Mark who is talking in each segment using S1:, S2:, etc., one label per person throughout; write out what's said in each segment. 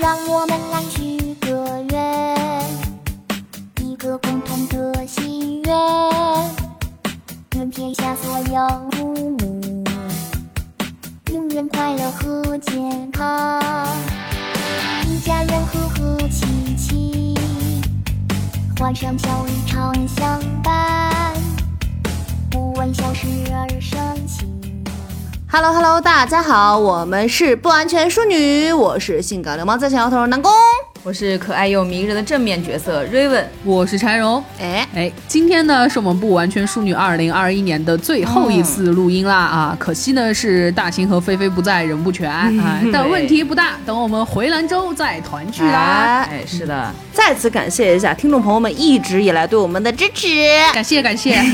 S1: 让我们来许个愿，一个共同的心愿，愿天下所有父母永远快乐和健康，一家人和和气气，欢声笑语常相伴，不问小事儿生情。
S2: Hello Hello，大家好，我们是不完全淑女，我是性感流氓在线摇头南宫。
S3: 我是可爱又迷人的正面角色 Raven，
S4: 我是柴荣。
S2: 哎，
S4: 哎，今天呢是我们不完全淑女二零二一年的最后一次录音啦、
S2: 嗯
S4: 啊！可惜呢是大秦和菲菲不在，人不全 啊，但问题不大，等我们回兰州再团聚啦！
S2: 哎，
S3: 哎，是的，
S2: 再次感谢一下听众朋友们一直以来对我们的支持。
S4: 感谢 感谢，
S1: 谢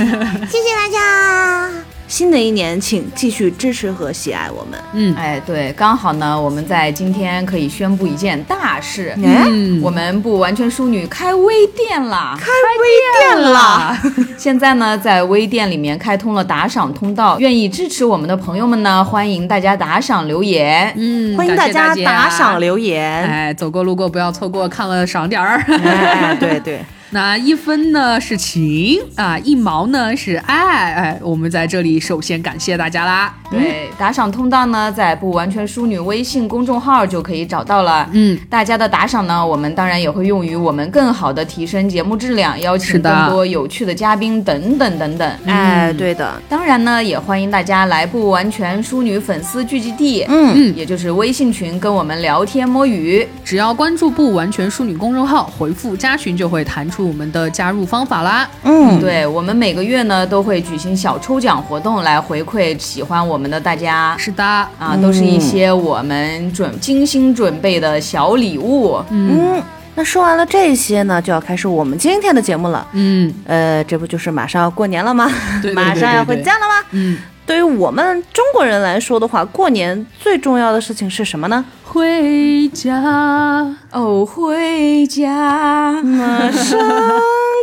S1: 谢大家。
S2: 新的一年，请继续支持和喜爱我们。
S4: 嗯
S3: 哎，对，刚好呢，我们在今天可以宣布一件大事，
S2: 哎
S4: 嗯，
S3: 我们不完全淑女开微店啦！
S2: 开微店了，
S3: 现在呢，在微店里面开通了打赏通道，愿意支持我们的朋友们呢，欢迎大家打赏留言。
S4: 嗯，
S2: 欢迎大
S4: 感谢
S2: 家
S4: 大
S2: 打赏
S4: 流。
S2: 留言。
S4: 哎，走过路过不要错过，看了赏点儿。
S2: 哎，对对，
S4: 那一分呢是情啊，一毛呢是爱。哎，我们在这里首先感谢大家啦。
S3: 对，打赏通道呢，在不完全淑女微信公众号就可以找到了。
S4: 嗯，
S3: 大家的打赏呢，我们当然也会用于我们更好的提升节目质量，邀
S4: 是
S3: 请
S4: 的
S3: 更多有趣的嘉宾等等等等。
S2: 哎，对的，
S3: 当然呢，也欢迎大家来不完全淑女粉丝聚集地，
S2: 嗯
S4: 嗯
S3: 也就是微信群，跟我们聊天摸鱼。
S4: 只要关注“不完全淑女”公众号，回复“加群”就会弹出我们的加入方法啦。
S2: 嗯，
S3: 对我们每个月呢都会举行小抽奖活动来回馈喜欢我们的大家。
S4: 是的，
S3: 啊，
S2: 嗯
S3: 都是一些我们准精心准备的小礼物。
S2: 嗯。那说完了这些呢，就要开始我们今天的节目了。
S4: 嗯，
S2: 呃，这不就是马上要过年了吗？
S4: 对对对
S2: 马上要回
S4: 对
S2: 家了吗？
S4: 嗯，
S2: 对于我们中国人来说的话，过年最重要的事情是什么呢？
S4: 回家，
S3: 哦，回家，
S2: 马上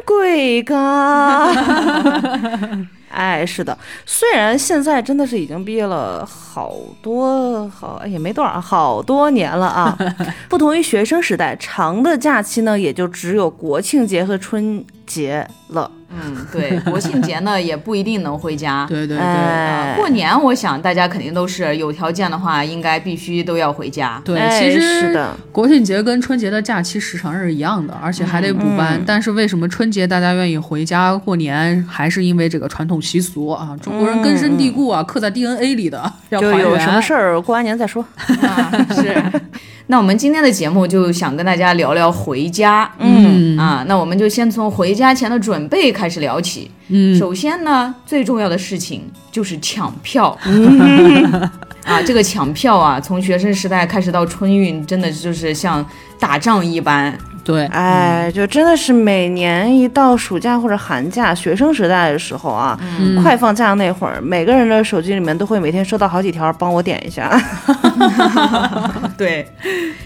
S2: 归 家。哎，是的，虽然现在真的是已经毕业了好多好，哎也没多少，好多年了 啊。不同于学生时代，长的假期呢，也就只有国庆节和春节了。
S3: 嗯，对，国庆节呢也不一定能回家。
S4: 对对对，
S3: 啊
S2: 哎，
S3: 过年我想大家肯定都是有条件的话，应该必须都要回家。
S4: 对，
S2: 哎
S4: 其实
S2: 是的，
S4: 国庆节跟春节的假期时长是一样的，而且还得补
S2: 嗯
S4: 班。但是为什么春节大家愿意回家过年，还是因为这个传统习俗啊，中国人根深蒂固啊，刻在 DNA 里的，要
S2: 嗯就
S4: 还
S2: 有什么
S4: 原
S2: 事儿过完年再说。
S3: 啊，是。 那我们今天的节目就想跟大家聊聊回家。
S4: 嗯
S3: 啊，那我们就先从回家前的准备开始聊起。
S4: 嗯，
S3: 首先呢，最重要的事情就是抢票。啊，这个抢票啊，从学生时代开始到春运，真的就是像打仗一般。
S4: 对，
S2: 哎，就真的是每年一到暑假或者寒假，学生时代的时候啊，
S4: 嗯
S2: 快放假那会儿，每个人的手机里面都会每天收到好几条，帮我点一下。
S4: 啊
S3: 对，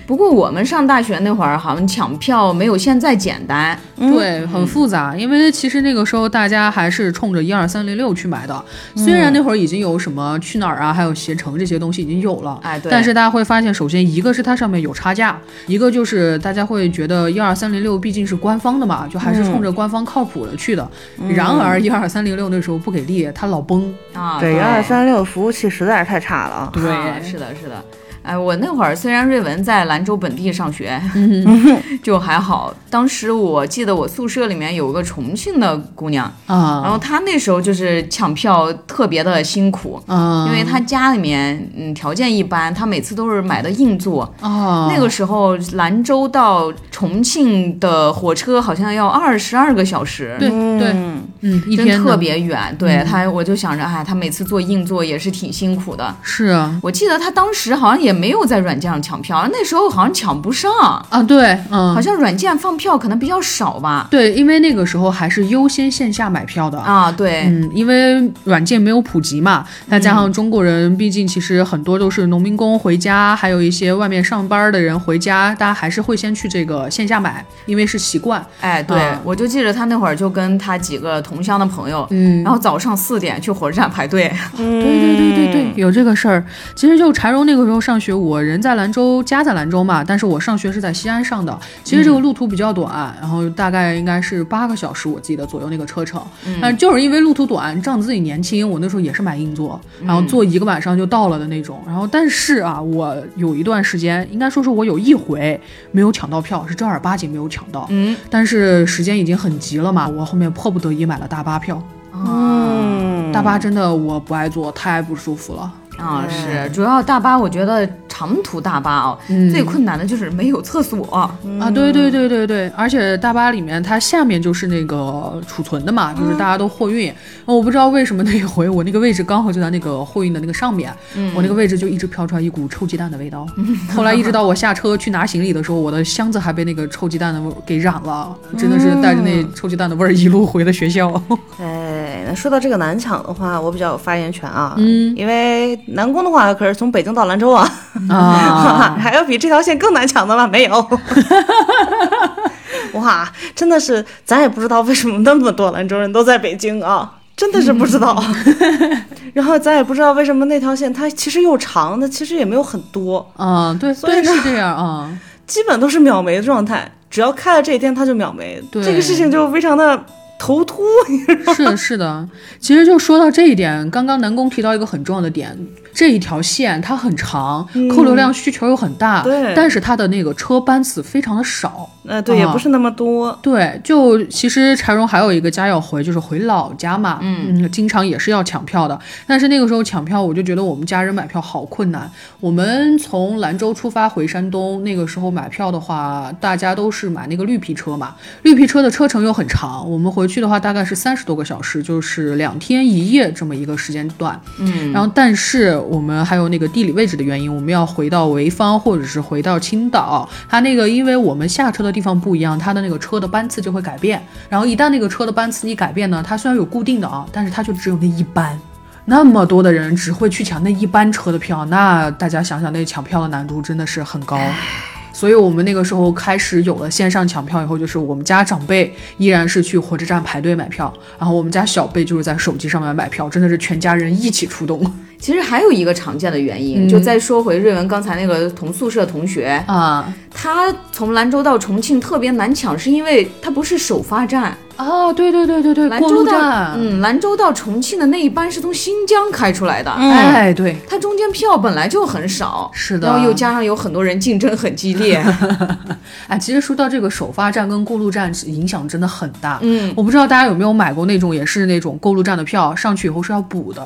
S3: 不过我们上大学那会儿，好像抢票没有现在简单。
S4: 对，很复杂，因为其实那个时候大家还是冲着一二三零六去买的，虽
S3: 嗯
S4: 然那会儿已经有什么去哪儿啊，还有携程这些东西已经有了，
S3: 哎对
S4: 但是大家会发现，首先一个是它上面有差价，一个就是大家会觉得一二三零六毕竟是官方的嘛，就还是冲着官方靠谱的去的。
S3: 嗯
S4: 然而一二三零六那时候不给力，它老崩，
S3: 啊，
S2: 对，幺二三六服务器实在是太差了啊。
S4: 对，
S3: 啊是
S4: 嗯
S3: 的，是的。哎，我那会儿虽然瑞文在兰州本地上学，
S4: 嗯
S3: 就还好。当时我记得我宿舍里面有个重庆的姑娘，然
S4: 啊
S3: 后她那时候就是抢票特别的辛苦，
S4: 啊，
S3: 因为她家里面嗯条件一般，她每次都是买的硬座。
S4: 啊
S3: 那个时候兰州到重庆的火车好像要二十二个小时，
S4: 对对，嗯，一天嗯
S3: 真
S4: 呢
S3: 特别远。对她，我就想着，哎，她每次坐硬座也是挺辛苦的。
S4: 是啊
S3: 我记得他当时好像也没有在软件上抢票，那时候好像抢不上，
S4: 啊对，嗯，
S3: 好像软件放票可能比较少吧。
S4: 对，因为那个时候还是优先线下买票的
S3: 啊，对，
S4: 嗯，因为软件没有普及嘛，再加上中国人，毕竟其实很多都是农民工回家，还有一些外面上班的人回家，大家还是会先去这个线下买，因为是习惯。
S3: 哎，对
S4: 啊，
S3: 我就记着他那会儿就跟他几个同乡的朋友，
S4: 嗯
S3: 然后早上四点去火车站排队，
S4: 对对对对对，有这个事儿。其实就柴荣那个时候上学，我人在兰州，家在兰州嘛，但是我上学是在西安上的。其实这个路途比较短，然后大概应该是八个小时，我记得左右那个车程。但就是因为路途短，仗着自己年轻，我那时候也是买硬座，然后坐一个晚上就到了的那种。然后但是啊，我有一段时间，应该说是我有一回没有抢到票，是正儿八经没有抢到。
S3: 嗯，
S4: 但是时间已经很急了嘛，我后面迫不得已买了大巴票。
S3: 啊
S2: 嗯
S4: 大巴真的我不爱坐，太不舒服了。
S3: 啊是，主要大巴我觉得长途大巴哦，
S4: 嗯
S3: 最困难的就是没有厕所，
S2: 嗯
S4: 啊，对对对对对，而且大巴里面它下面就是那个储存的嘛，
S2: 嗯
S4: 就是大家都货运。哦我不知道为什么那一回我那个位置刚好就在那个货运的那个上面，
S2: 嗯
S4: 我那个位置就一直飘出来一股臭鸡蛋的味道。后来一直到我下车去拿行李的时候，我的箱子还被那个臭鸡蛋的味儿给染了，真的是带着那
S2: 嗯
S4: 臭鸡蛋的味儿一路回的 学校。
S2: 哎，那说到这个南抢的话，我比较有发言权啊，
S4: 嗯
S2: 因为南宫的话可是从北京到兰州啊，
S4: 啊，
S2: 还有比这条线更难抢的吗？没有。 哇，真的是，咱也不知道为什么那么多兰州人都在北京啊，真的是不知道。 然后咱也不知道为什么那条线它其实又长，它其实也没有很多，
S4: 啊，对
S2: 所以
S4: 对
S2: 呢
S4: 是这样啊，
S2: 基本都是秒没的状态。只要开了这一天，它就秒没。
S4: 对
S2: 这个事情就非常的头秃。
S4: 是的，是的。其实就说到这一点，刚刚南宫提到一个很重要的点，这一条线它很长，客流量需求又很大，
S2: 对
S4: 但是它的那个车班次非常的少。
S2: 呃，对，也不是那么多。
S4: 对，就其实柴荣还有一个家要回，就是回老家嘛，嗯经常也是要抢票的。但是那个时候抢票，我就觉得我们家人买票好困难。我们从兰州出发回山东，那个时候买票的话，大家都是买那个绿皮车嘛，绿皮车的车程又很长，我们回去的话大概是三十多个小时，就是两天一夜这么一个时间段。
S3: 嗯，
S4: 然后，但是我们还有那个地理位置的原因，我们要回到潍坊或者是回到青岛。它那个，因为我们下车的地方不一样，它的那个车的班次就会改变。然后一旦那个车的班次一改变呢，它虽然有固定的啊，但是它就只有那一班。那么多的人只会去抢那一班车的票，那大家想想，那抢票的难度真的是很高。所以我们那个时候开始有了线上抢票以后，就是我们家长辈依然是去火车站排队买票，然后我们家小辈就是在手机上面买票，真的是全家人一起出动
S3: 其实还有一个常见的原因，
S4: 嗯
S3: 就再说回瑞文刚才那个同宿舍同学，
S4: 啊
S3: 他从兰州到重庆特别难抢，是因为他不是首发站，
S4: 啊！对对对对对，
S3: 兰
S4: 过
S3: 州
S4: 路
S3: 到
S4: 站，
S3: 嗯，兰州到重庆的那一班是从新疆开出来的，
S4: 哎对，
S3: 它中间票本来就很少，
S4: 是的
S3: 然后又加上有很多人竞争很 激烈，
S4: 哎，其实说到这个首发站跟过路站影响真的很大。
S3: 嗯
S4: 我不知道大家有没有买过那种也是那种过路站的票，上去以后是要补的。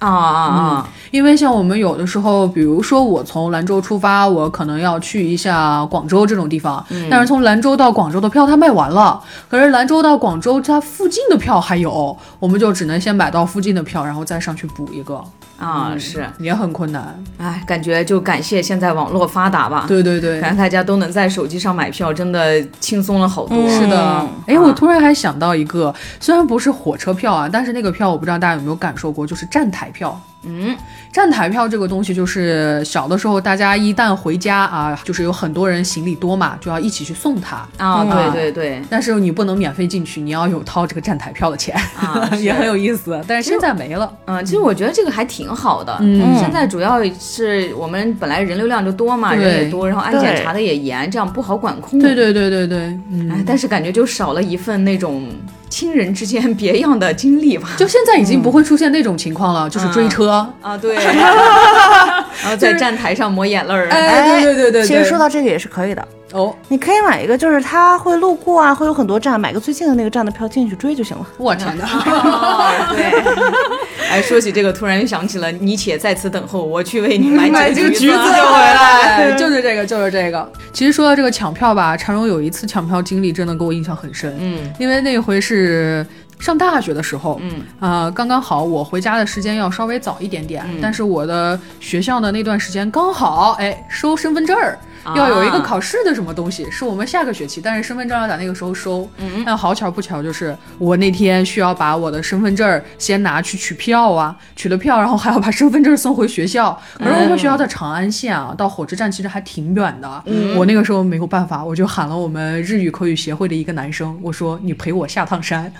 S3: 啊
S4: 嗯
S3: 啊啊，
S4: 因为像我们有的时候，比如说我从兰州出发，我可能要去一下广州这种地方，
S3: 嗯
S4: 但是从兰州到广州的票它卖完了，可是兰州到广州它附近的票还有，我们就只能先买到附近的票，然后再上去补一个，嗯
S3: 啊是，
S4: 也很困难。
S3: 哎，感觉就感谢现在网络发达吧，
S4: 对对对，
S3: 感觉大家都能在手机上买票，真的轻松了好多。
S2: 嗯
S4: 是的
S2: 嗯，
S4: 哎，我突然还想到一个，虽然不是火车票啊，但是那个票我不知道大家有没有感受过，就是站台票。
S3: 嗯，
S4: 站台票这个东西，就是小的时候大家一旦回家啊，就是有很多人行李多嘛，就要一起去送他。
S3: 啊，
S4: 嗯
S3: 对对对，
S4: 但是你不能免费进去，你要有掏这个站台票的 钱，
S3: 啊是
S4: 也很有意思。但是现在没了，
S3: 嗯，其实我觉得这个还挺好的。
S4: 嗯
S3: 现在主要是我们本来人流量就多嘛，
S4: 对
S3: 人也多，然后安
S2: 对
S3: 检查的也严，这样不好管控。
S4: 对对对对对，嗯，
S3: 哎，但是感觉就少了一份那种亲人之间别样的经历吧。
S4: 就现在已经不会出现那种情况了，就是追车。
S3: 啊，对， 然后在站台上抹眼泪儿。
S4: 哎，对对对对对，
S2: 其实说到这个也是可以的，
S4: 哦，
S2: 你可以买一个，就是它会路过啊，会有很多站，买个最近的那个站的票进去追就行了。
S4: 我天哪！
S3: 哦对， 哎，说起这个，突然想起了你且在此等候，我去为你买
S4: 买
S3: 几
S4: 这个
S3: 橘
S4: 橘
S3: 子
S4: 子就回 来，哎就是这个，就是这个。其实说到这个抢票吧，常荣有一次抢票经历真的给我印象很深，
S3: 嗯
S4: 因为那回是。上大学的时候，
S3: 嗯
S4: 啊、刚刚好我回家的时间要稍
S3: 嗯
S4: 微早一点点，但是我的学校的那段时间刚好，哎，收身份证儿，
S3: 啊
S4: 要有一个考试的什么东西，是我们下个学期，但是身份证要在那个时候收。但好巧不巧，就是我那天需要把我的身份证儿先拿去取票啊，取了票，然后还要把身份证送回学校。可是我们学校在长安县啊，到火车站其实还挺远的。我那个时候没有办法，我就喊了我们日语口语协会的一个男生，我说你陪我下趟山。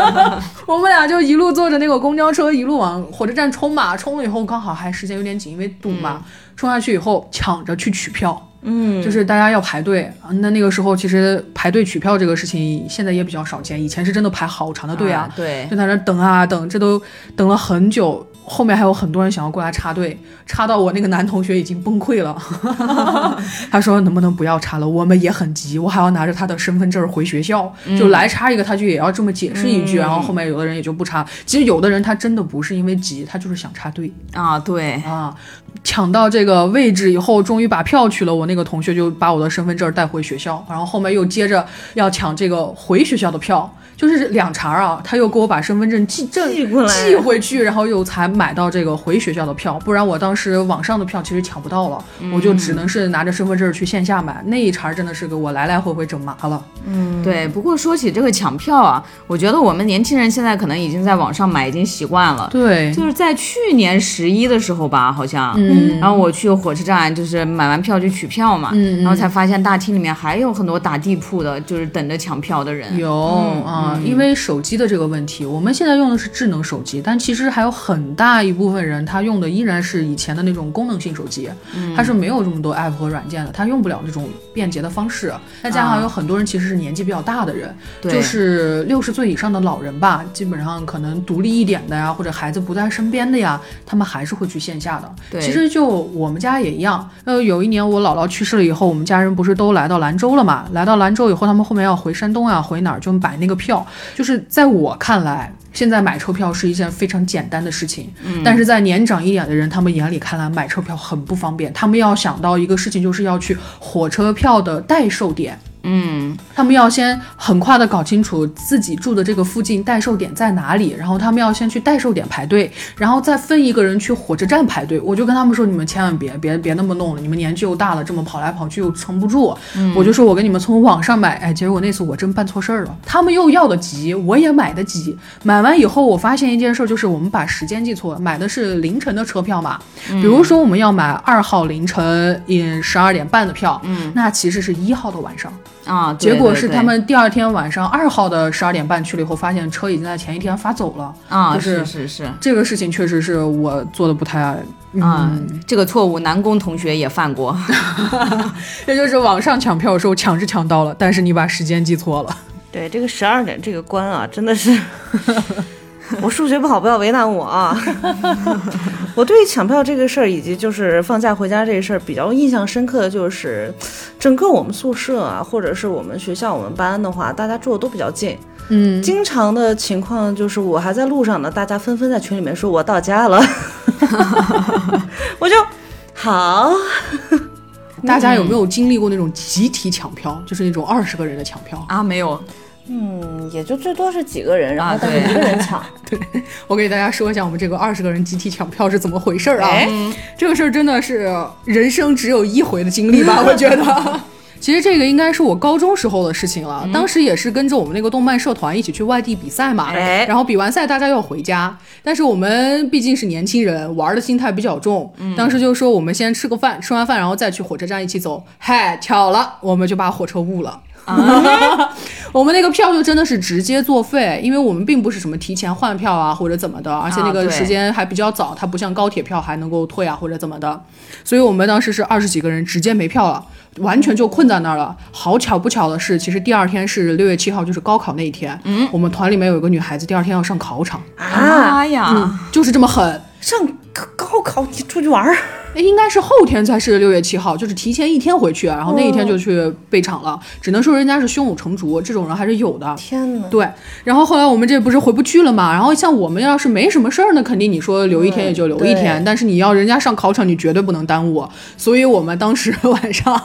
S4: 我们俩就一路坐着那个公交车，一路往火车站冲嘛，冲了以后刚好还时间有点紧，因为堵嘛，冲下去以后抢着去取票。嗯，就是大家要排队，啊那那个时候其实排队取票这个事情现在也比较少见，以前是真的排好长的队啊，
S3: 对，
S4: 就在那儿等啊等，这都等了很久，后面还有很多人想要过来插队，插到我那个男同学已经崩溃了， 他说能不能不要插了，我们也很急，我还要拿着他的身份证回学校，就来插一个，他就也要这么解释一句，然后后面有的人也就不插，其实有的人他真的不是因为急，他就是想插队
S3: 啊，对，
S4: 啊，抢到这个位置以后，终于把票取了，我那个同学就把我的身份证带回学校，然后后面又接着要抢这个回学校的票。就是两茬儿啊，他又给我把身份证寄证
S2: 寄过来
S4: 寄回去，然后又才买到这个回学校的票，不然我当时网上的票其实抢不到了，我就
S2: 嗯
S4: 只能是拿着身份证去线下买。那一茬儿真的是给我来来回回整麻了。嗯
S3: 对，不过说起这个抢票啊，我觉得我们年轻人现在可能已经在网上买已经习惯了。
S4: 对
S3: 就是在去年十一的时候吧，好像，
S4: 嗯
S3: 然后我去火车站，就是买完票就取票嘛，
S4: 嗯嗯
S3: 然后才发现大厅里面还有很多打地铺的，就是等着抢票的人。
S4: 有啊，因为手机的这个问题，我们现在用的是智能手机，但其实还有很大一部分人他用的依然是以前的那种功能性手机，他是没有这么多 app 和软件的，他用不了那种便捷的方式。再加上有很多人其实是年纪比较大的人，
S3: 对
S4: 就是六十岁以上的老人吧，基本上可能独立一点的呀，或者孩子不在身边的呀，他们还是会去线下的。
S3: 对
S4: 其实就我们家也一样。呃，有一年我姥姥去世了以后，我们家人不是都来到兰州了嘛？来到兰州以后，他们后面要回山东啊，回哪儿就买那个票。就是在我看来，现在买车票是一件非常简单的事情，
S3: 嗯
S4: 但是在年长一点的人他们眼里看来，买车票很不方便。他们要想到一个事情，就是要去火车票的代售点。
S3: 嗯，
S4: 他们要先很快的搞清楚自己住的这个附近代售点在哪里，然后他们要先去代售点排队，然后再分一个人去火车站排队。我就跟他们说，你们千万别别别那么弄了，你们年纪又大了，这么跑来跑去又撑不住。我就说我给你们从网上买，哎，结果那次我真办错事儿了。他们又要的急，我也买的急。买完以后，我发现一件事儿，就是我们把时间记错了，买的是凌晨的车票嘛。比如说我们要买二号凌晨嗯十二点半的票，嗯，那其实是一号的晚上。
S3: 啊，对
S4: 结果是
S3: 对对
S4: 他们第二天晚上二号的十二点半去了以后，发现车已经在前一天发走了。
S3: 啊，
S4: 就是是
S3: 是是
S4: 这个事情确实是我做的不太，嗯
S3: 啊，这个错误南宫同学也犯过。
S4: 这就是网上抢票的时候抢是抢到了，但是你把时间记错了。
S2: 对，这个十二点这个关啊，真的 是，我数学不好，不要为难我 啊。我对于抢票这个事儿，以及就是放假回家这个事儿，比较印象深刻的就是，整个我们宿舍啊，或者是我们学校、我们班的话，大家住的都比较近。
S4: 嗯，
S2: 经常的情况就是，我还在路上呢，大家纷纷在群里面说我到家 了，我就好。
S4: 大家有没有经历过那种集体抢票，就是那种二十个人的抢票？
S3: 啊，没有，
S2: 嗯，也就最多是几个人，然
S3: 啊
S2: 后但是
S3: 对
S2: 一个人抢。
S4: 我给大家说一下我们这个二十个人集体抢票是怎么回事儿啊？
S2: 哎
S4: 这个事儿真的是人生只有一回的经历吧， 我觉得。嗯其实这个应该是我高中时候的事情了，当时也是跟着我们那个动漫社团一起去外地比赛嘛，
S2: 哎
S4: 然后比完赛大家要回家，但是我们毕竟是年轻人，玩的心态比较重，当时就说我们先吃个饭，吃完饭然后再去火车站一起走。嗨，巧了，我们就把火车误了。 我们那个票就真的是直接作废，因为我们并不是什么提前换票啊或者怎么的，而且那
S3: 啊
S4: 个
S3: 对
S4: 时间还比较早，它不像高铁票还能够退啊或者怎么的，所以我们当时是二十几个人直接没票了，完全就困在那儿了。好巧不巧的是，其实第二天是六月七号，就是高考那一天，嗯，我们团里面有一个女孩子第二天要上考场，
S2: 啊，
S3: 妈哎呀，
S4: 就是这么狠。
S2: 上高高考你出去玩儿。
S4: 哎，应该是后天才是六月七号，就是提前一天回去，啊然后那一天就去备场了。只能说人家是胸有成竹，这种人还是有的。
S2: 天哪！
S4: 对，然后后来我们这不是回不去了嘛？然后像我们要是没什么事儿呢，肯定你说留一天也就留一天，但是你要人家上考场，你绝对不能耽误。所以我们当时晚上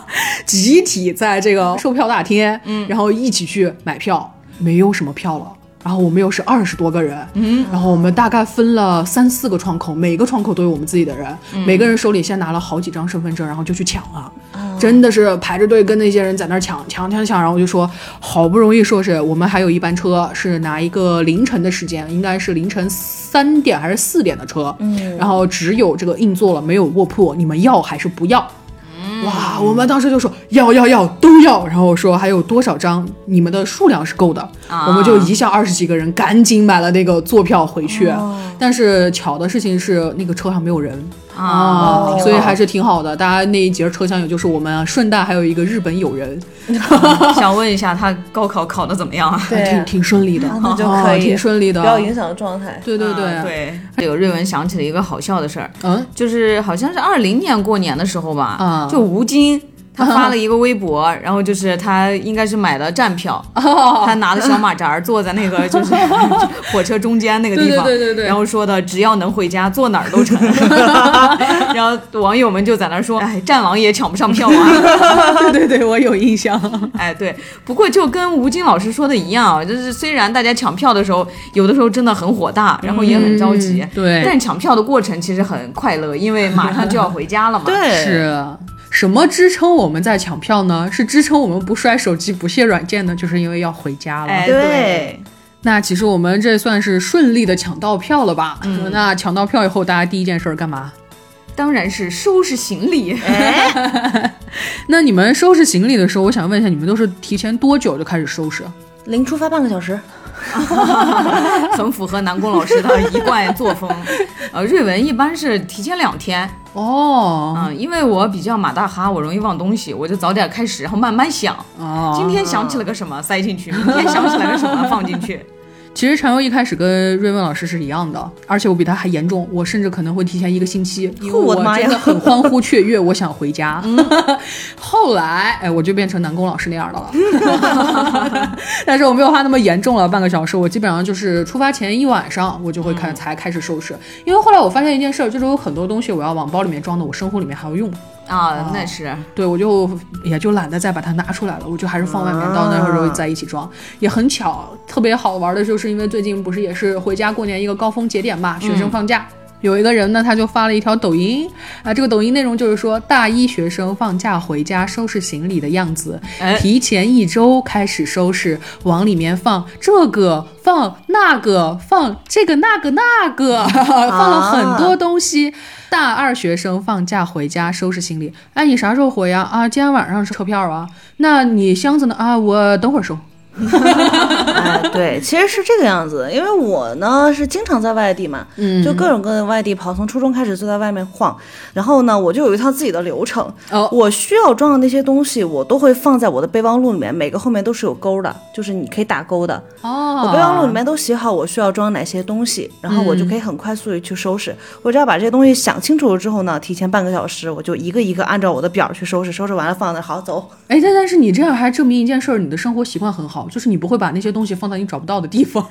S4: 集体在这 个售票大厅，嗯，然后一起去买票，没有什么票了。然后我们又是二十多个人，嗯，然后我们大概分了三四个嗯窗口，每个窗口都有我们自己的人，每个人手里先拿了好几张身份证，然后就去抢啊。真的是排着队跟那些人在那儿抢抢抢抢，然后我就说，好不容易说是我们还有一班车是拿一个凌晨的时间，应该是凌晨三点还是四点的车，嗯，然后只有这个硬座了，没有卧铺，你们要还是不要？哇，我们当时就说要要要都要，然后我说还有多少张，你们的数量是够的，
S3: 啊
S4: 我们就一下二十几个人赶紧买了那个坐票回去。但是巧的事情是那个车上没有人
S3: 啊
S5: 哦
S4: 所以还是挺好的。大家那一节车厢也就是我们顺带还有一个日本友人，哦
S3: 想问一下他高考考的怎么样啊？
S4: 还挺挺顺利的，
S5: 那就可
S4: 啊
S5: 以
S4: 挺顺利的，
S5: 不要影响状态。
S4: 对对对，
S3: 啊对，这个瑞文想起了一个好笑的事儿，
S4: 嗯，
S3: 就是好像是二零年过年的时候吧，
S4: 啊
S3: 就吴京。他发了一个微博，然后就是他应该是买了站票，
S4: 哦
S3: 他拿着小马扎儿坐在 那个就是火车中间那个地方，
S4: 对对对对对
S3: 然后说的只要能回家，坐哪儿都成。 然后网友们就在那儿说，哎，战狼也抢不上票啊。
S4: 对对对，我有印象，
S3: 哎，对，不过就跟吴京老师说的一样啊，就是虽然大家抢票的时候，有的时候真的很火大，然后也很着急，
S4: 嗯对
S3: 但抢票的过程其实很快乐，因为马上就要回家 了嘛。
S2: 对，
S4: 是。什么支撑我们在抢票呢？是支撑我们不摔手机、不卸软件呢？就是因为要回家了。
S3: 哎，
S2: 对
S4: 那其实我们这算是顺利的抢到票了吧？
S5: 嗯
S4: 那抢到票以后，大家第一件事儿干嘛？
S3: 当然是收拾 行李。
S2: 哎，
S4: 那你们收拾行李的时候，我想问一下，你们都是提前多久就开始收拾？
S2: 临出发半个小时，
S3: 很符合南宫老师的一贯 作风，呃，瑞文一般是提前两天，
S4: 哦
S3: 嗯、因为我比较马大哈，我容易忘东西，我就早点开始，然后慢慢想，
S4: 哦，
S3: 今天想起了个什么塞进去，明天想起来个什么放进 去，
S4: 其实常游一开始跟瑞文老师是一样的，而且我比他还严重，我甚至可能会提前一个星 期，因为
S2: 我
S4: 我
S2: 的妈呀
S4: 真的很欢呼雀跃，我想 回家。后来，哎，我就变成南宫老师那样的了， 但是我没有他那么严重了，半个小时，我基本上就是出发前一晚上，我就会
S2: 嗯
S4: 开、才开始收拾，因为后来我发现一件事儿，就是有很多东西我要往包里面装的，我生活里面还要用，哦
S3: 啊，那是。
S4: 对，我就也就懒得再把它拿出来了，我就还是放外面，到那时候再一起装。也很巧，特别好玩的就是因为最近不是也是回家过年一个高峰节点嘛，学生放假。有一个人呢，他就发了一条抖音啊，这个抖音内容就是说大一学生放假回家收拾行李的样子，
S3: 哎
S4: 提前一周开始收拾，往里面放这个，放那个，放这个那个那 个，放了很多东西。啊大二学生放假回家收拾行李，哎，你啥时候回呀？啊，今天晚上是车票啊。那你箱子呢？啊，我等会儿收。
S2: 哎，对，其实是这个样子，因为我呢是经常在外地嘛，
S4: 嗯
S2: 就各种各样的外地跑，从初中开始就在外面晃，然后呢，我就有一套自己的流程，
S4: 哦
S2: 我需要装的那些东西，我都会放在我的备忘录里面，每个后面都是有勾的，就是你可以打勾的，
S4: 哦，
S2: 我备忘录里面都写好我需要装哪些东西，然后我就可以很快速的去收拾。我只要把这些东西想清楚了之后呢，提前半个小时，我就一个一个按照我的表去收拾，收拾完了放那儿，好走。
S4: 哎，但但是你这样还证明一件事儿，你的生活习惯很好，就是你不会把那些东西放在你找不到的地 方。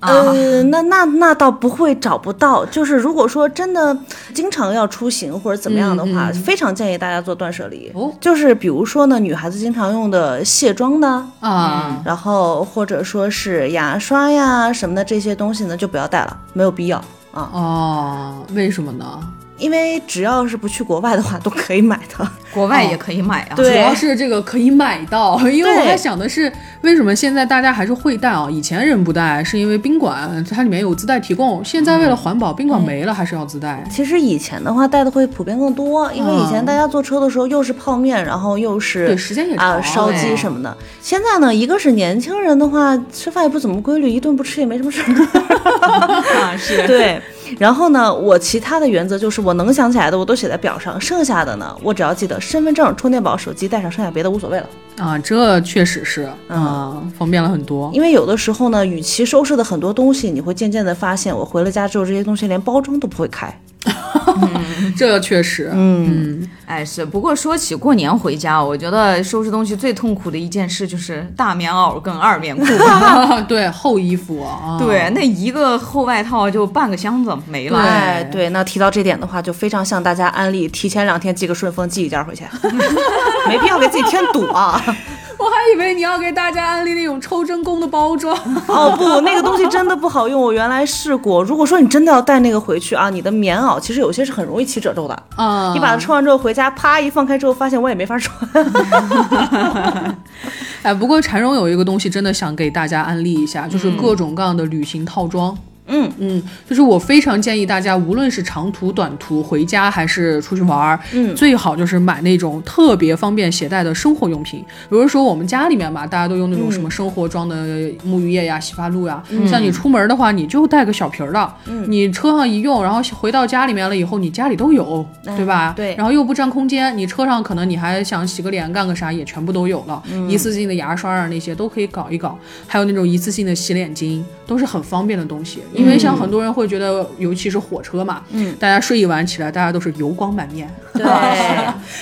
S2: 呃，那那那倒不会找不到，就是如果说真的经常要出行或者怎么样的话，非常建议大家做断舍离。
S4: 哦
S2: 就是比如说呢，女孩子经常用的卸妆呢，
S4: 啊，
S2: 然后或者说是牙刷呀什么的这些东西呢，就不要带了，没有必要啊，
S4: 哦，为什么呢？
S2: 因为只要是不去国外的话，都可以买的。
S3: 国外也可以买啊，
S2: 对
S4: 啊主要是这个可以买到， 因为我
S2: 对
S4: 还想的是，为什么现在大家还是会带啊？以前人不带，是因为宾馆它里面有自带提供，现在为了环保，宾馆没了还是要自带。
S2: 其实以前的话带的会普遍更多，因为以前大家坐车的时候又是泡面，然后又是
S4: 对时间也
S2: 啊
S4: 长哎
S2: 烧鸡什么的。现在呢，一个是年轻人的话吃饭也不怎么规律，一顿不吃也没什么事 儿。
S3: 啊是，
S2: 对，然后呢，我其他的原则就是我能想起来的我都写在表上，剩下的呢，我只要记得身份证、充电宝、手机带上，剩下别的无所谓了。
S4: 啊，这确实是
S2: 嗯
S4: 啊，方便了很多。
S2: 因为有的时候呢，与其收拾的很多东西，你会渐渐的发现，我回了家之后，这些东西连包装都不会开。
S4: 这确实，
S2: 嗯，
S3: 哎是。不过说起过年回家，我觉得收拾东西最痛苦的一件事就是大棉袄跟二棉裤。
S4: 对厚衣服啊，
S3: 对，那一个厚外套就半个箱子没了。
S2: 哎，对，那提到这点的话，就非常向大 家安利，提前两天寄个顺丰，寄一件回去，没必要给自己添堵啊。
S4: 我还以为你要给大家安利那种抽真空的 包装。
S2: 哦不，那个东西真的不好用，我原来试过。如果说你真的要带那个回去啊，你的棉袄其实有些是很容易起褶皱的。
S4: 啊、
S2: 你把它穿完之后回家，啪一放开之后，发现我也没法穿。
S4: 哎，不过缠绒有一个东西真的想给大家安利一下，就是各种各样的旅行套装。
S2: 嗯
S4: 嗯，就是我非常建议大家，无论是长途、短途，回家还是出去玩儿，
S2: 嗯
S4: 最好就是买那种特别方便携带的生活用品。比如说我们家里面吧，大家都用那种
S2: 嗯
S4: 什么生活装的沐浴液呀、洗发露呀。像你出门的话，你就带个小瓶儿的，
S2: 嗯
S4: 你车上一用，然后回到家里面了以后，你家里都有，对吧？
S2: 嗯对
S4: 然后又不占空间，你车上可能你还想洗个脸、干个啥，也全部都有了。
S2: 嗯
S4: 一次性的牙刷啊那些都可以搞一搞，还有那种一次性的洗脸巾，都是很方便的东西。因为像很多人会觉得，尤其是火车嘛，
S2: 嗯，
S4: 大家睡一晚起来，大家都是油光满面。
S2: 对，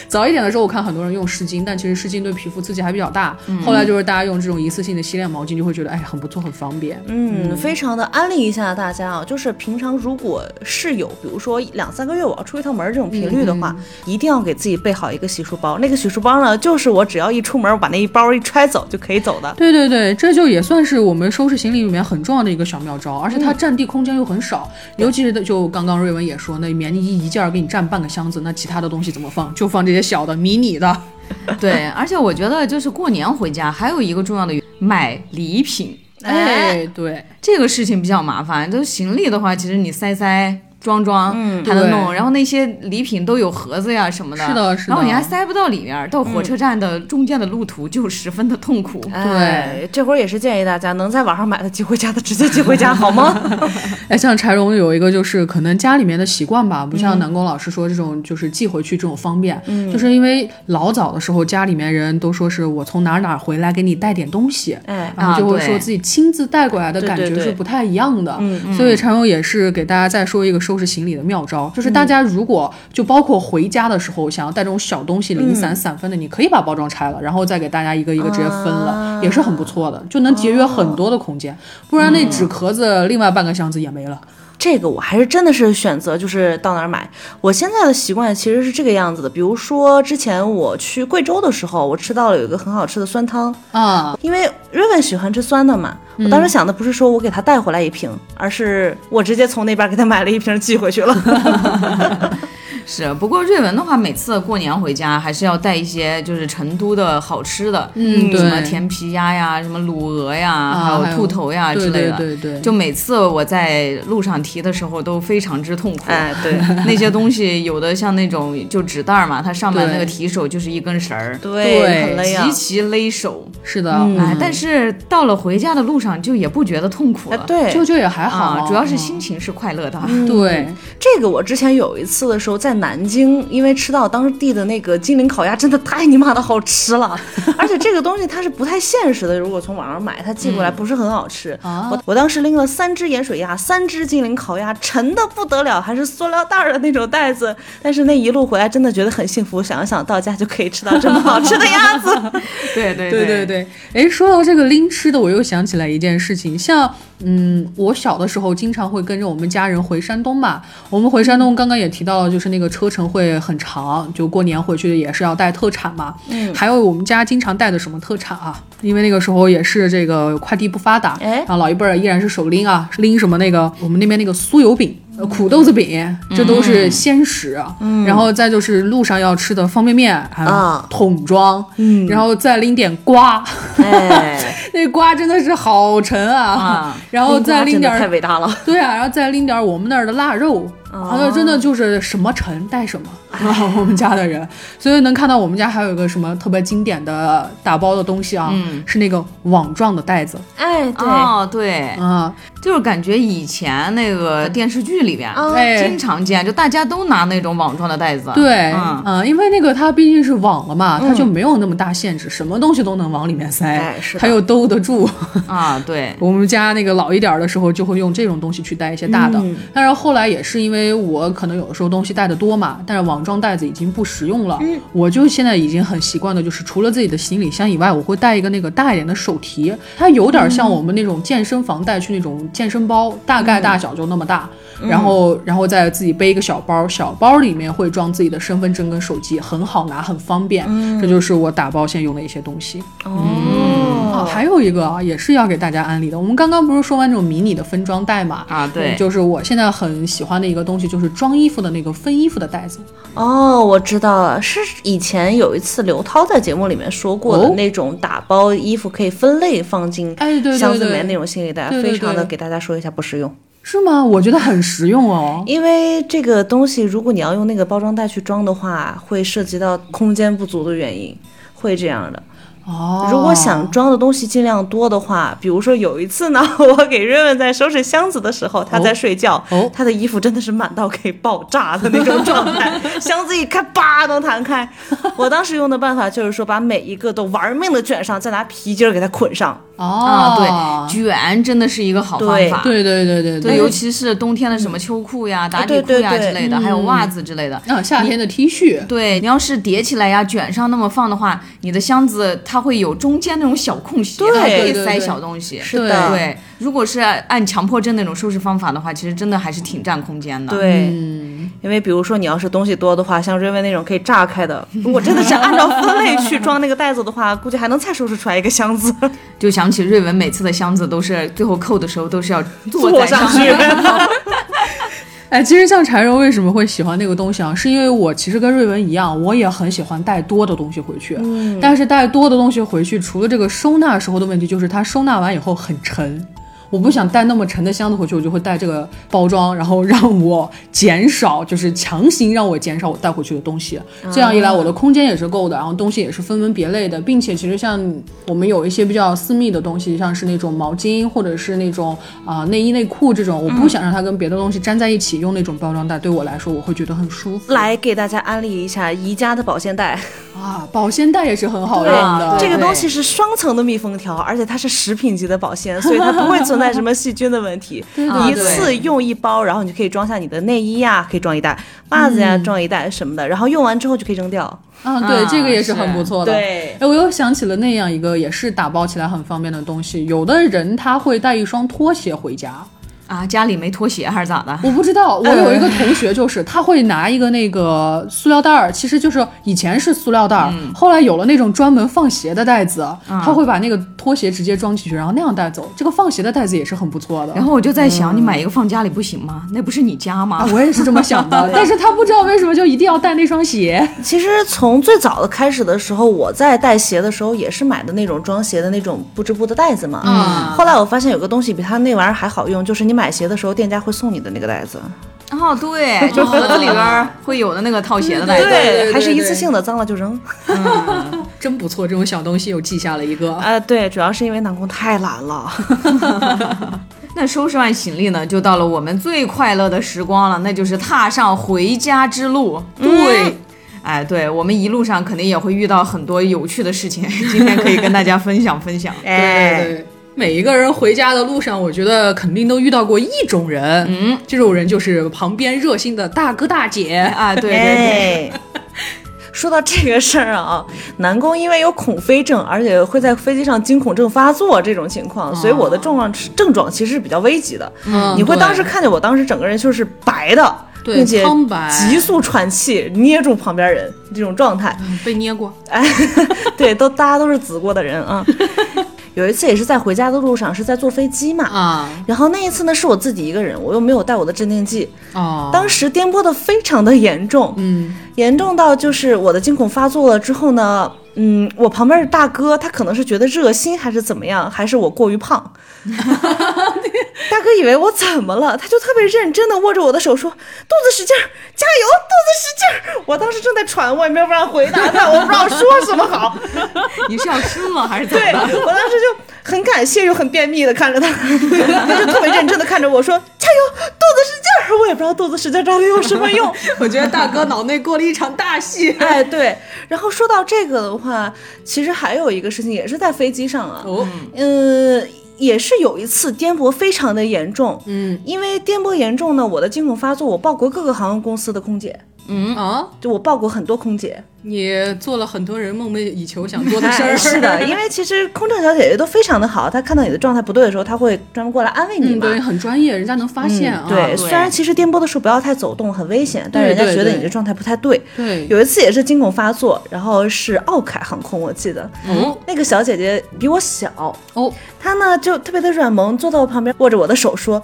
S4: 早一点的时候，我看很多人用湿巾，但其实湿巾对皮肤刺激还比较大。
S2: 嗯
S4: 后来就是大家用这种一次性的洗脸毛巾，就会觉得哎很不错，很方便。
S2: 嗯，非常的安利一下大家啊，就是平常如果是有，比如说两三个月我要出一趟门儿这种频率的话，一定要给自己备好一个洗漱包。那个洗漱包呢，就是我只要一出门，我把那一包一揣走就可以走的。
S4: 对对对，这就也算是我们收拾行李里面很重要的一个小妙招，而且它占地空间又很少，尤其是就刚刚瑞文也说，那棉衣一件儿给你占半个箱子，那其他的东西怎么放？就放这些小的迷你的。
S3: 对，而且我觉得就是过年回家还有一个重要的原因买礼品，
S4: 哎，对，
S3: 这个事情比较麻烦。就是行李的话，其实你塞塞。装装还能
S4: 嗯对
S3: 弄，然后那些礼品都有盒子呀什么的，
S4: 是的是的
S3: 然后你还塞不到里面儿，到火车站的中间的路途就十分的痛苦。
S2: 哎，这会儿也是建议大家能在网上买的寄回家的直接寄回家 好吗？
S4: 哎，像柴荣有一个就是可能家里面的习惯吧，不像南宫老师说这种就是寄回去这种方便，就是因为老早的时候家里面人都说是我从哪儿哪儿回来给你带点东西，
S2: 哎，
S4: 然后就会
S3: 啊对
S4: 说自己亲自带过来的
S2: 对
S4: 感
S2: 对
S4: 觉
S2: 对
S4: 是不太一样的。
S3: 嗯
S4: 所以常勇也是给大家再说一个收拾行李的妙招，就是
S3: 嗯
S4: 大家如果就包括回家的时候想要带这种小东西、零散
S3: 嗯
S4: 散分的，你可以把包装拆了，然后再给大家一个一个直接分
S3: 啊
S4: 了，也是很不错的，就能节约很多的空间。不然那纸
S3: 哦
S4: 壳子另外半个箱子也没了。
S2: 这个我还是真的是选择就是到哪儿买。我现在的习惯其实是这个样子的，比如说之前我去贵州的时候，我吃到了有一个很好吃的酸汤，
S4: 啊，
S2: 因为瑞文喜欢吃酸的嘛。我当时想的不是说我给他带回来一瓶，而是我直接从那边给他买了一瓶寄回去了。
S3: 是，不过瑞文的话，每次过年回家还是要带一些就是成都的好吃的，
S4: 嗯
S3: 什么
S4: 对
S3: 甜皮鸭呀，什么卤鹅呀，还
S4: 还
S3: 有
S4: 有
S3: 兔头呀之
S4: 啊对
S3: 类
S4: 对
S3: 的。
S4: 对对，
S3: 就每次我在路上提的时候，都非常之痛苦。
S2: 哎，对。
S3: 那些东西有的像那种就纸袋儿嘛，它上面
S4: 对
S3: 那个提手就是一根绳儿， 哎
S2: 对，
S4: 对
S2: 很累啊
S3: 极。其勒手。
S4: 是的，
S3: 哎，但是到了回家的路上，就也不觉得痛苦
S2: 哎
S3: 了。，
S2: 对，
S4: 就就也还好嗯哦，
S3: 啊，主要是心情是快乐的。
S4: 对，
S2: 这个我之前有一次的时候在南京，因为吃到当地的那个金陵烤鸭，真的太尼玛的好吃 了，而且这个东西它是不太现实的，如果从网上买，它寄过来不是很好吃。
S4: 啊
S2: 我我当时拎了三只盐水鸭，三只金陵烤鸭，沉的不得了，还是塑料袋儿的那种袋子，但是那一路回来真的觉得很幸福，想一想到家就可以吃到这么好吃的鸭 子，
S3: 对对
S4: 对对
S3: 对
S4: 对，哎，说到这个拎吃的，我又想起来一件事情，像嗯，我小的时候经常会跟着我们家人回山东嘛。我们回山东，刚刚也提到了，就是那个车程会很长，就过年回去也是要带特产嘛。嗯，还有我们家经常带的什么特产啊？因为那个时候也是这个快递不发达，
S2: 哎
S4: 然后老一辈儿依然是手拎啊，拎什么那个我们那边那个酥油饼。呃苦豆子饼，这都是鲜食啊，然后再就是路上要吃的方便面
S2: 啊
S4: 桶装，
S2: 嗯
S4: 然后再拎点瓜，
S2: 哎，
S4: 那瓜真的是好沉啊，
S3: 啊
S4: 然
S2: 哦
S4: 后再拎点
S2: 真的太哦
S4: 儿，
S2: 伟大了，
S4: 对啊，然后再拎点儿我们那儿的腊肉，然后真的就是什么沉带什么， 然后我们家的人，所以能看到我们家还有一个什么特别经典的打包的东西啊，
S3: 嗯
S4: 是那个网状的袋子
S2: 哎，对，
S3: 哦，
S2: 哎
S3: 对，
S4: 啊，
S3: 就是感觉以前那个电视剧里边
S2: 啊
S4: 哎
S3: 经。常见，就大家都拿那种网状的袋子。
S4: 对，
S3: 嗯
S4: 嗯，因为那个它毕竟是网了嘛，它就没有那么大限制，什么东西都能往里面塞
S2: 嗯哎是，的
S4: 它又兜得住。
S3: 啊，对，
S4: 我们家那个老一点儿的时候，就会用这种东西去带一些大的。但是后来也是因为我可能有的时候东西带的多嘛，但是网状袋子已经不实用了。我就现在已经很习惯的，就是除了自己的行李箱以外，我会带一个那个大一点的手提，它有点像我们那种健身房带去那种健身包，大概大小就那么大，然后然后再自己背一个小包，小包里面会装自己的身份证跟手机，很好拿，很方便。这就是我打包现用的一些东西。啊，
S2: 哦，
S4: 还有一个啊，也是要给大家安利的。我们刚刚不是说完这种迷你的分装袋嘛？
S3: 啊对
S4: 嗯就是我现在很喜欢的一个东西，就是装衣服的那个分衣服的袋子。
S2: 哦，我知道了，是以前有一次刘涛在节目里面说过的
S4: 哦
S2: 那种打包衣服可以分类放进
S4: 哎对对对
S2: 箱子里面那种行李袋，
S4: 对对
S2: 非常的
S4: 对
S2: 给大家说一下不实用，
S4: 是吗？我觉得很实用哦。
S2: 因为这个东西如果你要用那个包装袋去装的话，会涉及到空间不足的原因，会这样的。
S4: 哦，
S2: 如果想装的东西尽量多的话，比如说有一次呢， 我给润润在收拾箱子的时候，她在睡觉，
S4: 哦
S2: 她的衣服真的是满到可以爆炸的那种状态，箱子一开，叭能弹开。我当时用的办法就是说，把每一个都玩命的卷上，再拿皮筋儿给它捆上。
S4: 哦，
S3: 啊，对，卷真的是一个好方法。
S4: 对对对对
S3: 对，尤其是冬天的什么秋裤呀、打底裤呀
S2: 对对对
S3: 之类
S4: 嗯
S3: 的，还有袜子之类的。
S4: 啊，夏天的 T 恤，
S3: 对，你要是叠起来呀，卷上那么放的话，你的箱子它会有中间那种小空隙，
S2: 对
S3: 它可以
S4: 对对
S3: 塞
S4: 对
S3: 小东西。
S2: 是的，
S3: 对，如果是按强迫症那种收拾方法的话，其实真的还是挺占空间的。
S2: 对。，
S4: 嗯，
S2: 因为比如说你要是东西多的话，像瑞文那种可以炸开的，如果真的是按照分类去装那个袋子的话， 估计还能再收拾出来一个箱子。
S3: 就想起瑞文每次的箱子都是最后扣的时候都是要坐
S2: 坐
S3: 在
S2: 上
S3: 面
S2: 去
S3: 然后
S4: 哎，其实像柴荣为什么会喜欢那个东西啊？是因为我其实跟瑞文一样，我也很喜欢带多的东西回去。嗯，但是带多的东西回去，除了这个收纳时候的问题，就是它收纳完以后很沉。我不想带那么沉的箱子回去，我就会带这个包装，然后让我减少，就是强行让我减少我带回去的东
S2: 啊
S4: 西。这样一来，我的空间也是够的，然后东西也是分门别类的，并且其实像我们有一些比较私密的东西，像是那种毛巾或者是那种啊、内衣内裤这种，我不想让它跟别的东西粘在一起，用那种包装袋对我来说，我会觉得很舒服。
S2: 来给大家安利一下宜家的保鲜袋。
S4: 啊，保鲜袋也是很好用
S2: 啊
S4: 的。
S3: 对
S2: 这个东西是双层的密封条，而且它是食品级的保鲜，所以它不会存在什么细菌的问题。
S4: 对
S2: 一
S4: 对
S2: 次用一包，然后你就可以装下你的内衣呀、可以装一袋；袜子呀、装一袋什么的，然后用完之后就可以扔掉。
S4: 啊，对，
S3: 啊
S4: 这个也是
S3: 是
S4: 很不错的。
S2: 对
S4: 哎，我又想起了那样一个也是打包起来很方便的东西。有的人他会带一双拖鞋回家，
S3: 啊，家里没拖鞋还是咋的？
S4: 我不知道。我有一个同学就是他会拿一个那个塑料袋儿，其实就是以前是塑料袋儿，后来有了那种专门放鞋的袋子，他会把那个拖鞋直接装进去，然后那样带走。这个放鞋的袋子也是很不错的。
S3: 然后我就在想，你买一个放家里不行吗？那不是你家吗
S4: 啊，？我也是这么想 的，但是他不知道为什么就一定要带那双鞋。
S2: 其实从最早的开始的时候，我在带鞋的时候也是买的那种装鞋的那种不织布的袋子嘛。
S4: 嗯
S2: 后来我发现有个东西比它那玩意儿还好用，就是你买鞋的时候，店家会送你的那个袋子，
S3: 哦，对，就盒子里边儿会有的那个套鞋的袋
S4: 对
S3: 子。
S4: 对
S2: 还是一次
S4: 对
S2: 性的，脏了就扔。
S4: 真不错，这种小东西又记下了一个。
S2: 啊、对，主要是因为南宫太懒了。
S3: 那收拾完行李呢，就到了我们最快乐的时光了，那就是踏上回家之路。
S2: 嗯
S3: 对。哎，对我们一路上肯定也会遇到很多有趣的事情，今天可以跟大家分享分享。
S2: 哎，
S4: 对，每一个人回家的路上，我觉得肯定都遇到过一种人，嗯，这种人就是旁边热心的大哥大姐。
S3: 啊，对对对，
S2: 哎 说到这个事儿啊，南宫因为有恐飞症，而且会在飞机上惊恐症发作这种情况，所以我的症状症状其实是比较危急的。
S4: 哦嗯
S2: 你会当时看见我当时整个人就是白的，
S4: 对
S2: 并且
S4: 苍白
S2: 急速喘气，捏住旁边人这种状 态。
S4: 嗯被捏过，
S2: 对，都大家都是紫过的人 啊。有一次也是在回家的路上，是在坐飞机嘛。
S4: 啊
S2: 然后那一次呢，是我自己一个人，我又没有带我的镇定剂，
S4: 哦，
S2: 当时颠簸的非常的严重，
S4: 嗯，
S2: 严重到就是我的惊恐发作了之后呢，嗯，我旁边的大哥他可能是觉得热心还是怎么样，还是我过于胖，大哥以为我怎么了，他就特别认真的握着我的手说，肚子使劲儿，加油，肚子使劲儿。我当时正在喘，我也没有办法回答他，我不知道说什么好。
S3: 你是要吃了还是怎
S2: 对
S3: 么的？
S2: 我当时就很感谢又很便秘的看着他，他就特别认真的看着我说，加油，肚子使劲儿。我也不知道肚子使劲儿到底有什么用。。
S4: 我觉得大哥脑内过了一场大戏
S2: 哎，对。然后说到这个的话，其实还有一个事情也是在飞机上啊，
S4: 哦，
S2: 嗯、呃，也是有一次颠簸非常的严重，
S4: 嗯，
S2: 因为颠簸严重呢，我的惊恐发作，我报过各个航空公司的空姐，
S4: 啊，
S2: 就我报过很多空 姐，
S4: 你做了很多人梦寐以求想做的事
S2: 哎
S4: 儿。
S2: 是 的，因为其实空乘小姐姐都非常的好，她看到你的状态不对的时候，她会专门过来安慰你
S4: 嗯，
S2: 嘛。
S4: 对，很专业，人家能发现啊。
S2: 嗯对，
S3: 对
S2: 虽然其实颠簸的时候不要太走动，很危险，但
S4: 对
S2: 人家
S4: 对
S2: 觉得
S4: 对
S2: 你这状态不太对。
S4: 对，
S2: 有一次也是惊恐发作，然后是奥凯航空，我记得
S4: 哦
S2: 那个小姐姐比我小，
S4: 哦，
S2: 她呢就特别的软萌，坐到我旁边，握着我的手说：“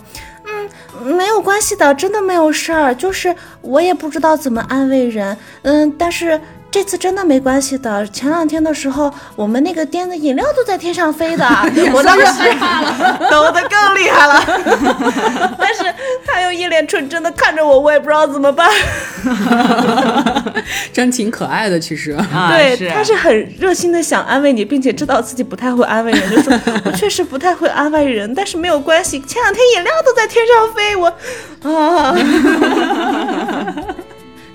S2: 嗯，没有关系的，真的没有事儿，就是我也不知道怎么安慰人，嗯，但是。”这次真的没关系的。前两天的时候，我们那个店的饮料都在天上 飞的，我当时
S4: 害怕了。
S2: 抖得更厉害了。 但是他又一脸纯真的看着我，我也不知道怎么办。
S4: 真挺可爱的，其实。
S3: 啊，
S2: 对，
S3: 是
S2: 他是很热心的想安慰你，并且知道自己不太会安慰人，就说我确实不太会安慰人，但是没有关系，前两天饮料都在天上飞，我啊，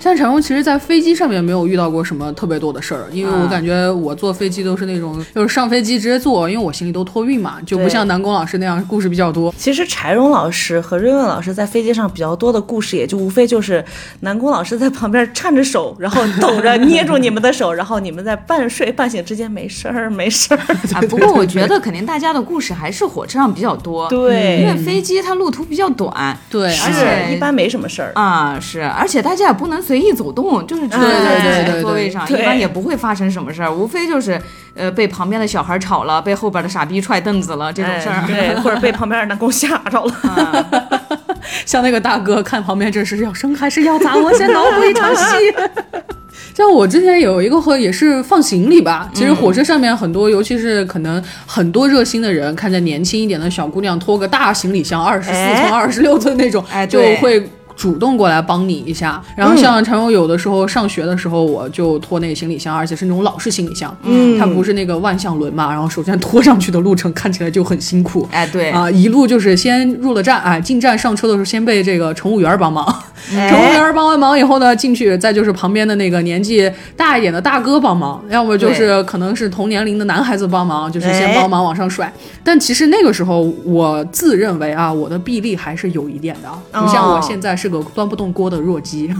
S4: 像陈荣，其实，在飞机上面没有遇到过什么特别多的事儿，因为我感觉我坐飞机都是那种，就是上飞机直接坐，因为我行李都托运嘛，就不
S2: 对
S4: 像南宫老师那样故事比较多。
S2: 其实柴荣老师和瑞文老师在飞机上比较多的故事，也就无非就是南宫老师在旁边颤着手，然后抖着捏住你们的手，然后你们在半睡半醒之间没事儿没事儿。
S3: 啊，不过我觉得肯定大家的故事还是火车上比较多，，因为
S2: 对，
S3: 飞机它路途比较短，
S4: 对，
S3: 是
S4: 而且
S3: 且
S2: 是一般没什么事儿。
S3: 啊，是，而且大家也不能随意走动，就是只能
S2: 对
S3: 在
S2: 嗯对
S3: 自己
S4: 对
S3: 的座位上，
S2: 对
S3: 一般也不会发生什么事儿，无非就是呃被旁边的小孩吵了，被后边的傻逼踹凳子了这种事儿。
S2: 哎对，或者被旁边的南宫吓着了。
S4: 像那个大哥看旁边这是要生还是要砸，我先脑补一场戏。 像我之前有一个和也是放行李吧，其实火车上面很多，尤其是可能很多热心的人，看见年轻一点的小姑娘拖个大行李箱，二十四
S2: 哎
S4: 寸、二十六寸那种，
S3: 哎
S4: 就
S3: 对
S4: 会。主动过来帮你一下，然后像常荣有的时候上学的时候，我就拖那个行李箱，而且是那种老式行李箱，嗯，它不是那个万向轮嘛，然后首先拖上去的路程看起来就很辛苦，
S3: 哎，对，
S2: 嗯
S4: 啊，一路就是先入了站，哎，进站上车的时候先被这个乘务员帮忙，
S2: 哎
S4: 乘务员帮完忙以后呢，进去再就是旁边的那个年纪大一点的大哥帮忙，要么就是可能是同年龄的男孩子帮忙，就是先
S2: 哎
S4: 帮忙往上甩。但其实那个时候，我自认为啊，我的臂力还是有一点的，不像我
S2: 哦
S4: 现在是个端不动锅的 弱鸡。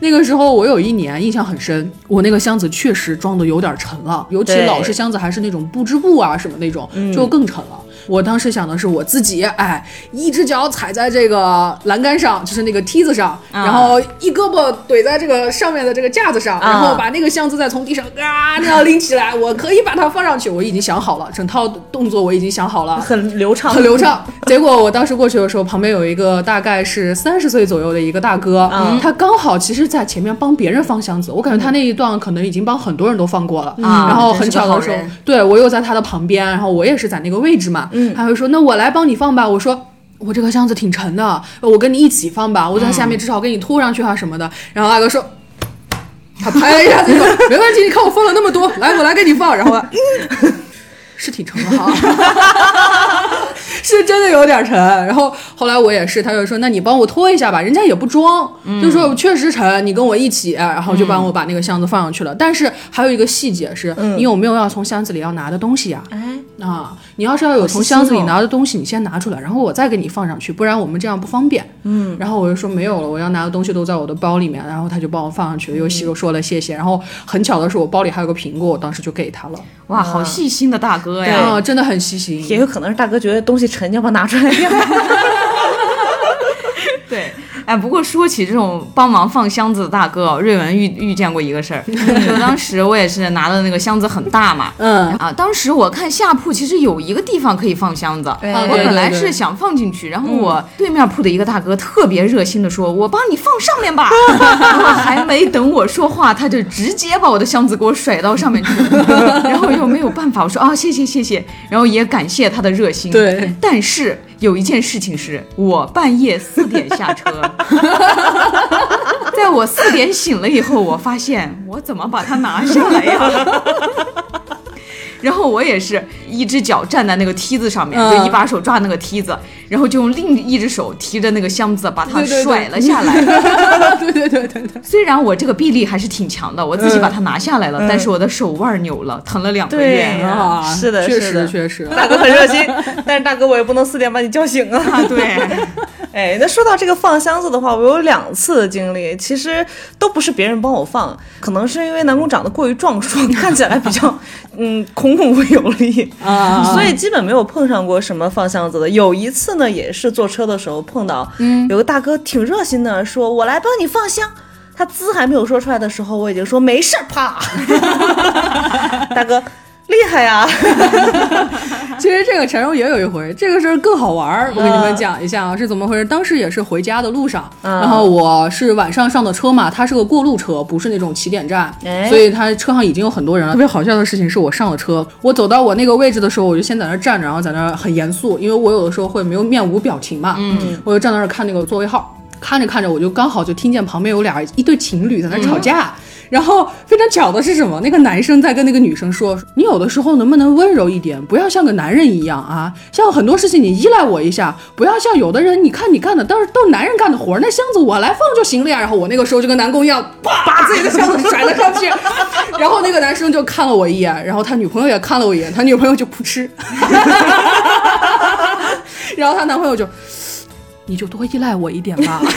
S4: 那个时候我有一年印象很深，我那个箱子确实装的有点沉了，尤其
S2: 对
S4: 老式箱子还是那种布织布啊什么那种，就更沉了。我当时想的是我自己，哎，一只脚踩在这个栏杆上，就是那个梯子上，
S3: 啊
S4: 然后一胳膊怼在这个上面的这个架子上，然后把那个箱子再从地上啊那样拎起来，我可以把它放上去。我已经想好了，整套动作我已经想 好了，
S2: 很流畅，
S4: 很流。畅。结果我当时过去的时候，旁边有一个大概是三十岁左右的一个大哥，
S2: 嗯
S4: 他刚好其实在前面帮别人放箱子，我感觉他那一段可能已经帮很多人都放过了。
S3: 啊
S4: 然后
S3: 嗯真
S4: 很
S3: 是个
S4: 巧
S3: 好
S4: 的时候
S3: 人，
S4: 对我又在他的旁边，然后我也是在那个位置嘛，
S3: 嗯
S4: 他会说那我来帮你放吧，我说。我这个箱子挺沉的，我跟你一起放吧，我在
S3: 嗯
S4: 下面至少给你拖上去啊什么的。然后大哥说，他拍了一下这个，没关系，你看我放了那么多，来，我 来给你放。然后，嗯，是挺沉的哈，是真的有点沉。然后后来我也是，他就说，那你帮我拖一下吧，人家也不装，就说
S2: 嗯
S4: 我确实沉，你跟我一起，然后就帮我把那个箱子放上去了。但是还有一个细节是，你有没有要从箱子里要拿的东西呀、
S2: 嗯哎，
S4: 啊，你要是要有从
S3: 细
S4: 箱子里
S3: 心哦
S4: 拿的东西，你先拿出来，然后我再给你放上去，不然我们这样不方便。嗯，然后我就说没有了，我要拿的东西都在我的包里面，然后他就帮我放上
S2: 嗯
S4: 去，又又说了谢谢。然后很巧的是，我包里还有个苹果，我当时就给他了。
S3: 哇，好
S2: 嗯
S3: 细心的大哥
S2: 对
S3: 呀！
S4: 啊，真的很细心。
S2: 也有可能是大哥觉得东西沉，要不要拿出来 呀？
S3: 对，哎，不过说起这种帮忙放箱子的大哥哦，瑞文遇遇见过一个事儿，就当时我也是拿的那个箱子很大嘛，
S4: 嗯，
S3: 啊，当时我看下铺其实有一个地方可以放箱子，
S2: 对
S3: 我
S4: 对
S3: 本来
S4: 对嗯
S3: 是想放进去，然后我对面铺的一个大哥特别热心的说：“我帮你放上 面吧。”我还没等我说话，他就直接把我的箱子给我甩到上面去， 然后又没有办法，我说啊，谢谢谢谢，然后也感谢他的热心。
S4: 对，
S3: 但是有一件事情是我半夜四点下车。 在我四点醒了以后，我发现我怎么把它拿下来呀？然后我也是一只脚站在那个梯子上面，
S4: 嗯
S3: 就一把手抓那个梯子，然后就用另一只手提着那个箱子把它
S4: 对对对
S3: 甩了下来。
S4: 对对对对对，
S3: 虽然我这个臂力还是挺强的，我
S4: 嗯
S3: 自己把它拿下来了，但是我的手腕扭了，疼了两个
S2: 对
S3: 月。
S2: 呀
S4: 啊，
S2: 是的
S4: 确
S2: 是的
S4: 实确实，
S2: 大哥很热心，但是大哥我也不能四点把你叫醒啊。
S3: 啊， 对，
S2: 哎，那说到这个放箱子的话，我有两次的经历，其实都不是别人帮我放，可能是因为南宫长得过于壮硕，看起来比较 嗯孔孔有力，
S4: 啊，
S2: 所以基本没有碰上过什么放箱子的。有一次呢，也是坐车的时候碰到，嗯，有个大哥挺热心的，说我来帮你放箱。他滋还没有说出来的时候，我已经说没事儿，啪，大哥厉害呀、
S4: 其实这个缠绕也有一回，这个事儿更好玩儿。我给你们讲一下啊，是怎么回事？当时也是回家的路上，然后我是晚上上的车嘛，它是个过路车，不是那种起点站，
S2: 哎
S4: 所以它车上已经有很多人了。特别好笑的事情是我上了车，我走到我那个位置的时候，我就先在那儿站着，然后在那儿很严肃，因为我有的时候会没有面无表情嘛，嗯，我就站在那儿看那个座位号。看着看着，我就刚好就听见旁边有俩一对情侣在那儿吵架，然后非常巧的是什么？那个男生在跟那个女生说：“你有的时候能不能温柔一点，不要像个男人一样啊？像很多事情你依赖我一下，不要像有的人，你看你干的都是都是男人干的活儿，那箱子我来放就行了呀。”然后我那个时候就跟南宫一样，啪把自己的箱子甩了上去， 然后那个男生就看了我一眼，然后他女朋友也看了我一眼，他女朋友就扑哧， 然后她男朋友就。你就多依赖我一点吧。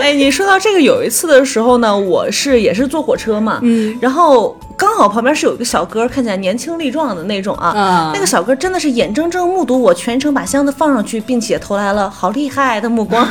S2: 哎，你说到这个，有一次的时候呢，我是也是坐火车嘛，嗯，然后刚好旁边是有一个小哥，看起来年轻力壮的那种啊，
S4: 啊
S2: 那个小哥真的是眼睁睁目睹我全程把箱子放上去，并且投来了好厉害的目光，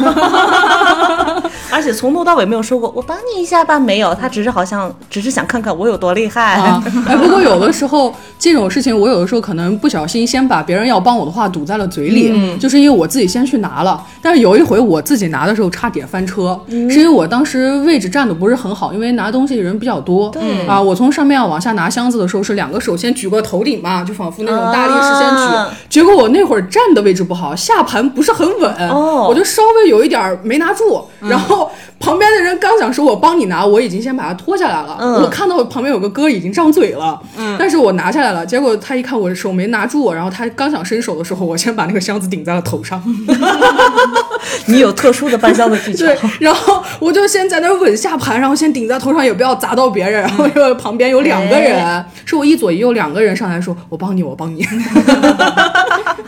S2: 而且从头到尾没有说过我帮你一下吧，没有，他只是好像只是想看看我有多厉害，
S4: 啊，哎，不过有的时候这种事情，我有的时候可能不小心先把别人要帮我的话堵在了嘴里，
S2: 嗯
S4: 就是因为我自己先去拿了。但是有一回我自己拿的时候差点翻车，
S2: 嗯
S4: 是因为我当时位置站的不是很好，因为拿东西的人比较多。
S2: 对
S4: 啊，我从上面往下拿箱子的时候是两个手先举过头顶嘛，就仿佛那种大力士先举。
S2: 啊
S4: 结果我那会儿站的位置不好，下盘不是很稳，
S2: 哦
S4: 我就稍微有一点儿没拿住，
S2: 嗯
S4: 然后旁边的人刚想说我帮你拿，我已经先把它拖下来了，
S2: 嗯
S4: 我看到旁边有个哥已经张嘴了，但是我拿下来了，结果他一看我的手没拿住，然后他刚想伸手的时候，我先把那个箱子顶在了 头上，
S2: 你有特殊的搬箱子技巧。
S4: 对，然后我就先在那儿稳下盘，然后先顶在头上，也不要砸到别人，然后
S2: 嗯
S4: 又旁边有两个
S2: 哎
S4: 人，是我一左一右两个人上来说我帮你，我 帮你，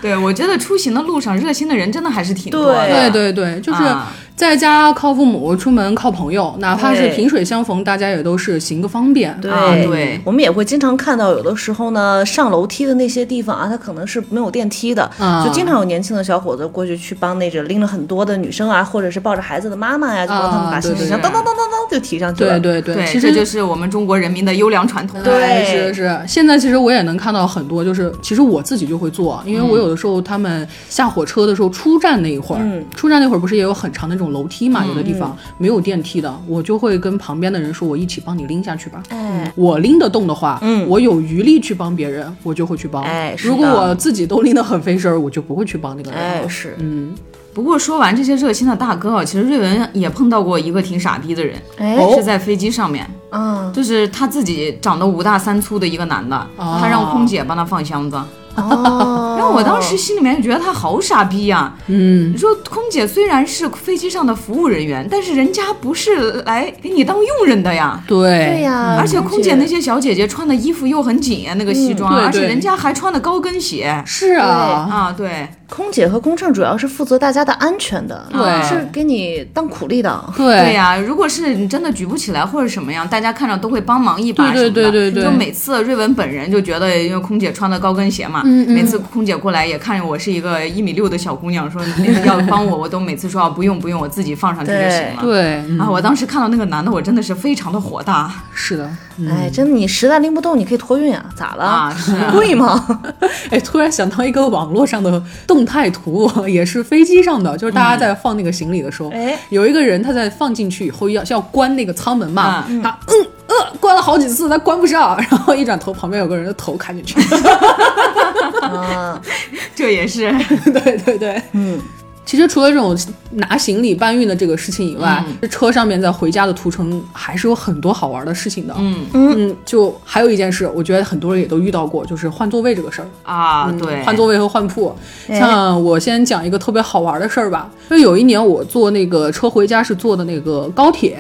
S3: 对，我觉得出行的路上热心的人真的还是挺多
S4: 对
S3: 的。
S4: 对对，就是
S3: 啊
S4: 在家靠父母，出门靠朋友，哪怕是
S2: 对
S4: 萍水相逢，大家也都是行个方便。
S2: 对、
S3: 啊对
S2: 我们也会经常看到，有的时候呢，上楼梯的那些地方啊，它可能是没有电梯的，
S4: 啊
S2: 就经常有年轻的小伙子过去去帮那个拎了很多的女生啊，或者是抱着孩子的妈妈呀、就帮他们
S4: 啊
S2: 把行李
S4: 对
S2: 箱
S4: 对
S2: 当当当当当就提上去了。
S4: 对对对，
S3: 对，
S4: 其
S3: 这
S4: 实
S3: 就是我们中国人民的优良传统。
S2: 对
S4: 哎是是，现在其实我也能看到很多，就是其实我自己就会做，因为我有的时候他们下火车的时候出站那一会儿，
S2: 嗯
S4: 出站那会儿不是也有很长的那种楼梯嘛，有的地方没有电梯的，我就会跟旁边的人说，我一起帮你拎下去吧。
S2: 哎，
S4: 我拎得动的话，
S2: 嗯
S4: 我有余力去帮别人，我就会去帮。
S2: 哎是的
S4: 如果我自己都拎得很费事儿，我就不会去帮那个人了。
S2: 哎是，
S4: 嗯，
S3: 不过说完这些热心的大哥啊，其实瑞文也碰到过一个挺傻逼的人，
S2: 哎
S4: 哦
S3: 是在飞机上面，
S2: 嗯，
S3: 就是他自己长得五大三粗的一个男的，
S4: 哦
S3: 他让空姐帮他放箱子，
S2: 哦，
S3: 然后我当时心里面就觉得他好傻逼呀、
S4: 嗯，
S3: 你说空姐虽然是飞机上的服务人员，但是人家不是来给你当佣人的呀。
S4: 对，
S2: 对呀、
S3: 而且空姐那
S2: 些
S3: 些小姐姐穿的衣服又很紧，那个西
S4: 嗯
S3: 装，
S4: 嗯对
S3: 而且
S4: 对
S3: 人家还穿的高跟鞋
S4: 是啊，
S3: 啊，对，
S2: 空姐和空乘主要是负责大家的安全的，
S4: 对
S2: 啊是给你当苦力的。
S3: 对
S4: 对
S3: 呀、如果是你真的举不起来或者什么样，大家看着都会帮忙一把
S4: 对对
S3: 什么的
S4: 对对对
S3: 就每次瑞文本人就觉得，因为空姐穿的高跟鞋嘛，
S4: 嗯嗯
S3: 每次空姐过来也看着我是一个一米六的小姑娘，说你要帮我，我都每次说啊不用不用，我自己放上去就行了。
S4: 对，嗯
S3: 啊，我当时看到那个男的，我真的是非常的火大
S4: 是的。
S2: 哎，真的，你实在拎不动，你可以托运啊，咋了？
S3: 啊，是啊
S2: 贵吗？
S4: 哎，突然想到一个网络上的动态图，也是飞机上的，就是大家在放那个行李的时候，
S2: 哎
S4: 有一个人他在放进去以后要要关那个舱门嘛，
S3: 嗯
S4: 他嗯呃关了好几次，他关不上， 然后一转头旁边有个人的头砍进去，
S2: 啊，
S3: 这也是
S4: 对对对，
S2: 嗯，
S4: 其实除了这种拿行李搬运的这个事情以外，这车上面在回家的途程还是有很多好玩的事情的。
S3: 嗯
S4: 嗯，就还有一件事，我觉得很多人也都遇到过，就是换座位这个事儿。
S3: 啊，
S4: 嗯
S3: 对，
S4: 换座位和换铺。像我先讲一个特别好玩的事儿吧，就有一年我坐那个车回家是坐的那个高铁，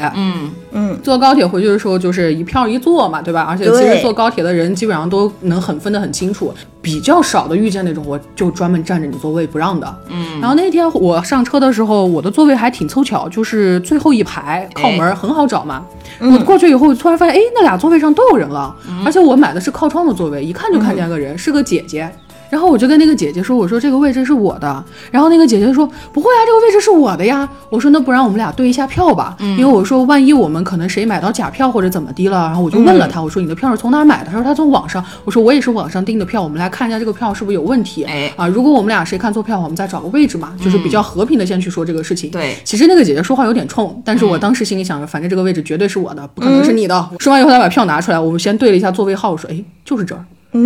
S3: 嗯
S4: 坐高铁回去的时候就是一票一坐嘛，对吧？而且其
S2: 对
S4: 实坐高铁的人基本上都能很分得很清楚，比较少的遇见那种我就专门占着你座位不让的。
S3: 嗯
S4: 然后那天我上车的时候，我的座位还挺凑巧，就是最后一排
S3: 哎
S4: 靠门儿，很好找嘛。我过去以后，突然发现，哎，那俩座位上都有人了，而且我买的是靠窗的座位，一看就看见个人，是个姐姐。然后我就跟那个姐姐说：“我说这个位置是我的。”然后那个姐姐说：“不会啊，这个位置是我的呀。”我说：“那不然我们俩对一下票吧，因为我说万一我们可能谁买到假票或者怎么的了。”然后我就问了她，我说：“你的票是从哪儿买的？”她说：“她从网上。”我说：“我也是网上订的票，我们来看一下这个票是不是有问题。”
S3: 哎
S4: 啊，如果我们俩谁看错票，我们再找个位置嘛，就是比较和平的先去说这个事情。
S3: 对
S4: 其实那个姐姐说话有点冲，但是我当时心里想着，反正这个位置绝对是我的，不可能是你的。说完以后，她把票拿出来，我们先对了一下座位号，我说：“哎，就是这儿。”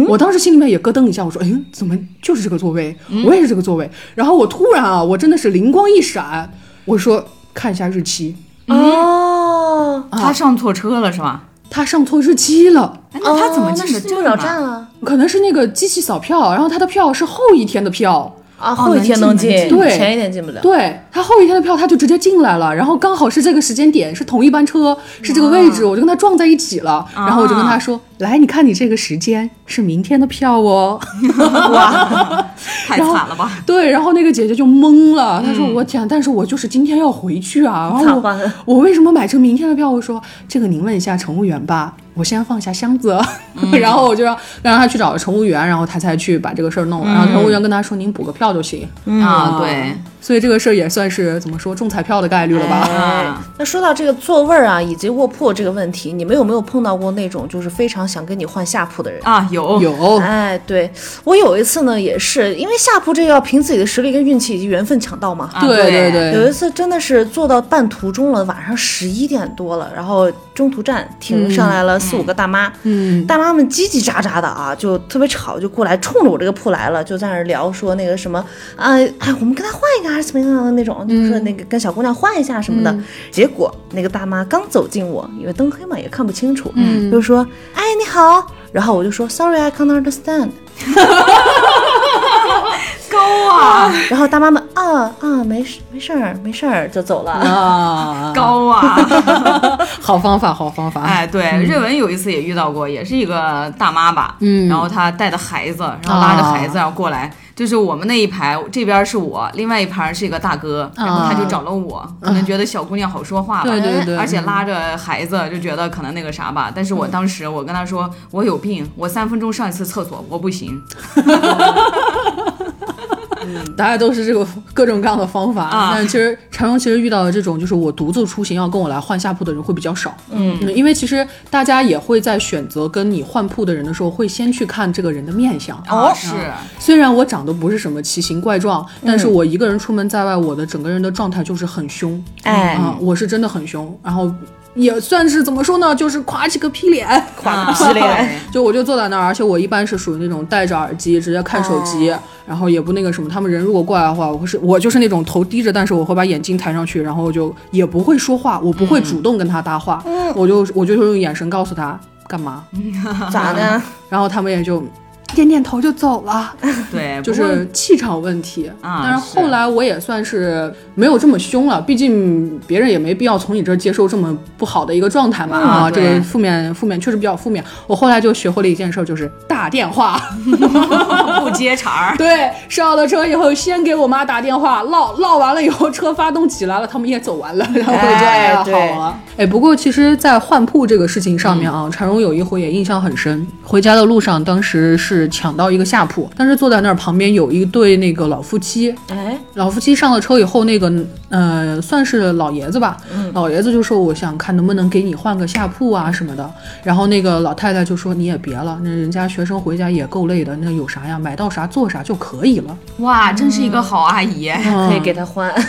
S4: 我当时心里面也咯噔一下，我说：“哎，怎么就是这个座位？我也是这个座位。”然后我突然啊，我真的是灵光一闪，我说：“看一下日期，
S2: 哦，
S4: 啊
S3: 他上错车了是吧？
S4: 他上错日期了。”
S3: 哎，那他怎么
S2: 哦
S4: 嗯
S3: 进
S2: 那
S3: 的
S2: 是入不了
S3: 站
S2: 站
S3: 啊？
S2: 啊？
S4: 可能是那个机器扫票，然后他的票是后一天的票，
S2: 啊，
S3: 哦
S2: 后一天能
S3: 能进能
S4: 进对
S2: 前一天进不了。
S4: 对他后一天的票，他就直接进来了，然后刚好是这个时间点，是同一班车，是这个位置，我就跟他撞在一起了。然后我就跟他说：“来，你看你这个时间是明天的票 哦。”
S3: 太惨了吧！
S4: 对，然后那个姐姐就懵了，她说：“我天，但是我就是今天要回去 啊，然后
S2: 咋办
S4: 我我为什么买成明天的票？”我说：“这个您问一下乘务员吧，我先放下箱子。 然后我就让让她去找乘务员，然后她才去把这个事儿弄了。然后乘务员跟她说：“您补个票就行。
S3: 啊，对，
S4: 所以这个事儿也算是怎么说中彩票的概率了吧？
S2: 哎，那说到这个座位儿啊，以及卧铺这个问题，你们有没有碰到过那种就是非常想跟你换下铺的人？
S3: 啊，有
S4: 有，
S2: 哎，对我有一次呢，也是因为下铺这个要凭自己的实力跟运气以及缘分抢到嘛。
S3: 啊
S4: 对
S3: 对
S4: 对，
S2: 有一次真的是坐到半途中了，晚上十一点多了，然后中途站停上来了四五个大妈，
S4: 嗯
S2: 大妈们叽叽喳喳的啊，就特别吵，就过来冲着我这个铺来了，就在那儿聊说那个什么啊，哎，我们跟他换一个还是怎么样的那种，
S4: 嗯
S2: 就是说那个跟小姑娘换一下什么的。结果那个大妈刚走近我，因为灯黑嘛也看不清楚，
S4: 嗯
S2: 就说哎你好，然后我就说 sorry I can't understand，
S3: 高啊
S2: 然后大妈们啊啊没事没事儿没事儿就走了。
S4: 啊，
S3: 高啊！
S4: 好方法，好方法。
S3: 哎，对，瑞文有一次也遇到过，也是一个大妈吧，
S4: 嗯哦
S3: 然后她带着孩子，然后拉着孩子然后过来，就是我们那一排，这边是我，另外一排是一个大哥，然后他就找了我，可能觉得小姑娘好说话吧，
S4: 哦对对嗯对
S3: 而且拉着孩子就觉得可能那个啥吧，但是我当时我跟他说我有病，我三分钟上一次厕所，我不行
S4: 大家都是这个各种各样的方法，
S3: 啊
S4: 但其实常荣其实遇到的这种，就是我独自出行要跟我来换下铺的人会比较少。嗯，因为其实大家也会在选择跟你换铺的人的时候，会先去看这个人的面相。
S3: 啊，是
S4: 虽然我长得不是什么奇形怪状，但是我一个人出门在外，我的整个人的状态就是很凶。
S2: 哎，
S4: 啊，我是真的很凶，然后也算是怎么说呢，就是垮起个屁脸，
S3: 啊
S2: 之类的
S4: 就我就坐在那儿，而且我一般是属于那种戴着耳机直接看手机，然后也不那个什么，他们人如果过来的话，我会是我就是那种头低着，但是我会把眼睛抬上去，然后我就也不会说话，我不会主动跟他搭话，我就我就是用眼神告诉他干嘛，
S2: 咋的？
S4: 然后他们也就点点头就走了。
S3: 对，
S4: 就
S3: 不过
S4: 是气场问题
S3: 啊
S4: 但是
S3: 是
S4: 后来我也算是没有这么凶了，毕竟别人也没必要从你这儿接受这么不好的一个状态嘛啊，这
S3: 嗯对
S4: 个负面负面确实比较负面。我后来就学会了一件事儿，就是打电 话。
S3: 不接茬儿。
S4: 对，上了车以后先给我妈打电话，唠唠完了以后，车发动起来了，他们也走完了，然后我就哎呀
S2: 哎对
S4: 好啊。哎，不过其实，在换铺这个事情上面
S3: 嗯
S4: 啊，陈荣有一回也印象很深。回家的路上，当时是抢到一个下铺，但是坐在那儿旁边有一对那个老夫妻，
S2: 哎，
S4: 老夫妻上了车以后，那个呃，算是老爷子吧，
S3: 嗯
S4: 老爷子就说我想看能不能给你换个下铺啊什么的。然后那个老太太就说你也别了，那人家学生回家也够累的，那有啥呀，买到啥做啥就可以了。
S3: 哇，真是一
S4: 嗯
S3: 个好阿姨。
S2: 可以给他换。
S3: 啊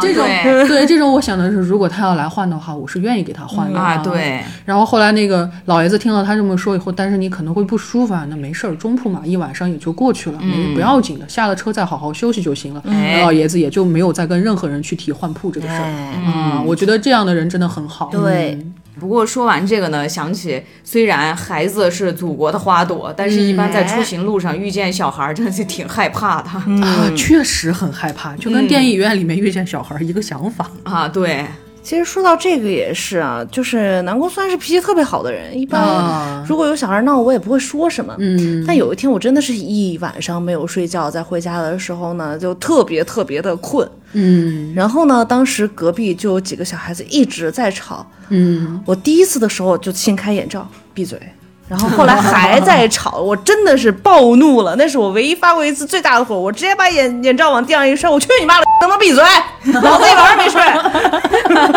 S4: 这种
S3: 对
S4: 对这种，我想的是，如果他要来换的话，我是愿意给他换的
S3: 啊，。对，
S4: 然后后来那个老爷子听了他这么说以后，但是你可能会不舒服啊，那没事儿，中铺嘛，一晚上也就过去了，没不要紧的，下了车再好好休息就行了。
S3: 嗯哎
S4: 老爷子也就没有再跟任何人去提换铺这个事儿
S2: 哎
S4: 啊，我觉得这样的人真的很好。
S2: 对，
S3: 不过说完这个呢，想起虽然孩子是祖国的花朵，但是一般在出行路上遇见小孩儿，真的是挺害怕的、
S4: 啊，确实很害怕，就跟电影院里面遇见小孩儿一个想法。
S3: 啊。对，
S2: 其实说到这个也是啊，就是南宫算是脾气特别好的人，一般
S4: 啊
S2: 如果有小孩闹，我也不会说什么。
S4: 嗯，
S2: 但有一天我真的是一晚上没有睡觉，在回家的时候呢，就特别特别的困。
S4: 嗯
S2: 然后呢，当时隔壁就有几个小孩子一直在吵，
S4: 嗯，
S2: 我第一次的时候就轻开眼罩，闭嘴。然后后来还在吵，我真的是暴怒了，那是我唯一发过一次最大的火，我直接把眼眼罩往地上一摔，我去你妈的，能不能闭嘴？脑子一晚上没睡，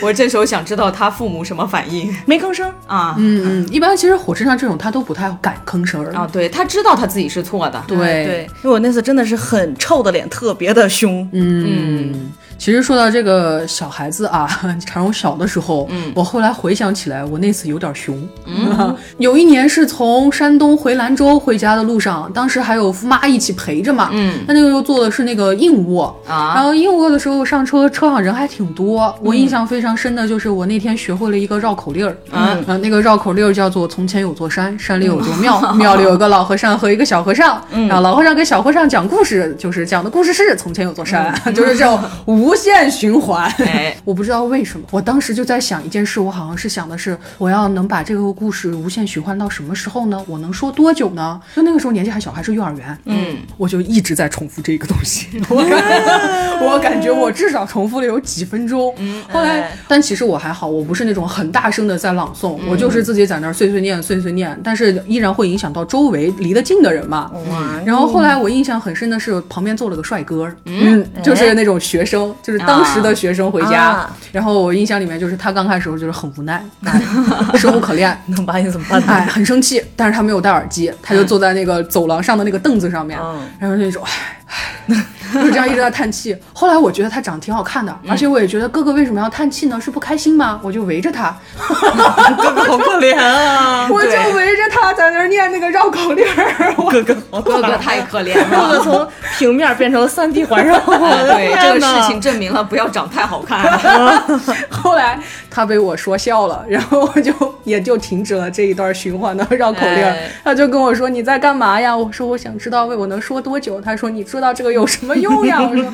S3: 我这时候想知道他父母什么反应
S2: 没吭声。
S3: 啊、
S4: 嗯嗯，一般其实火车上这种他都不太敢吭声儿
S3: 啊！。对他知道他自己是错的，
S4: 哦对
S2: 对，哎因为我那次真的是很臭的脸，特别的凶。
S4: 嗯，其实说到这个小孩子啊， 常荣小的时候，嗯，我后来回想起来，我那次有点凶。嗯， 有一年是从山东回兰州回家的路上，当时还有姑妈一起陪着嘛。
S3: 嗯
S4: 他那个时候坐的是那个硬卧，然
S3: 啊，
S4: 后硬卧的时候上车，车上人还挺
S3: 嗯
S4: 多。我印象非常深的就是我那天学会了一个绕口令儿，
S3: 嗯
S4: 呃那个绕口令儿叫做“从前有座山，山里有座庙，
S3: 嗯
S4: 庙里有个老和尚和一个小和尚，然后老和尚给小和尚讲故事，就是讲的故事是从前有座山， 就是这种无限循环。
S3: 嗯哎，
S4: 我不知道为什么，我当时就在想一件事，我好像是想的是，我要能把这个故事无限循环到什么时候呢？我能说多久呢？就那个时候年纪还小，还是幼儿园，嗯，我就一直在重复这个东 西，我感我感觉我至少重复了有几分钟，嗯，后来，但其实我还好，我不是那种很大声的在朗诵，我就是自己在那儿碎碎念碎碎念，但是依然会影响到周围离得近的人嘛，
S2: 哇
S4: 然后后
S2: 嗯
S4: 来我印象很深的是，旁边坐了个帅哥，嗯，就是那种学生，就是当时的学生回家。
S2: 哎啊
S4: 然后我印象里面就是他刚开始的时候就是很无 奈，哎 生无可恋，
S2: 能把你怎么 办呢？
S4: 哎，很生气，但是他没有戴耳机，他就坐在那个走廊上的那个凳子上面，
S2: 嗯
S4: 然后就那种，唉，唉 就是这样一直在叹气。后来我觉得他长得挺好看
S2: 嗯
S4: 的，而且我也觉得哥哥为什么要叹气呢？是不开心吗？我就围着他，
S2: 哥哥好可怜 啊，
S4: 我就围着他在那儿念那个绕口令儿， 我
S2: 哥哥好可
S3: 哥
S2: 怜
S3: 哥太可怜
S2: 哥 哥
S3: 了。
S2: 从平面变成了三 D 环绕，
S3: 哎对，这
S2: 天
S3: 个
S2: 哪
S3: 事情证明了不要长太好看。
S4: 后来他被我说笑了， 然后我就也就停止了这一段循环的 绕口令。
S3: 哎
S4: 他就跟我说：“你在干嘛呀？”我说：“我想知道为我能说多久。”他说：“你知道这个有什么用呀？” 我说：“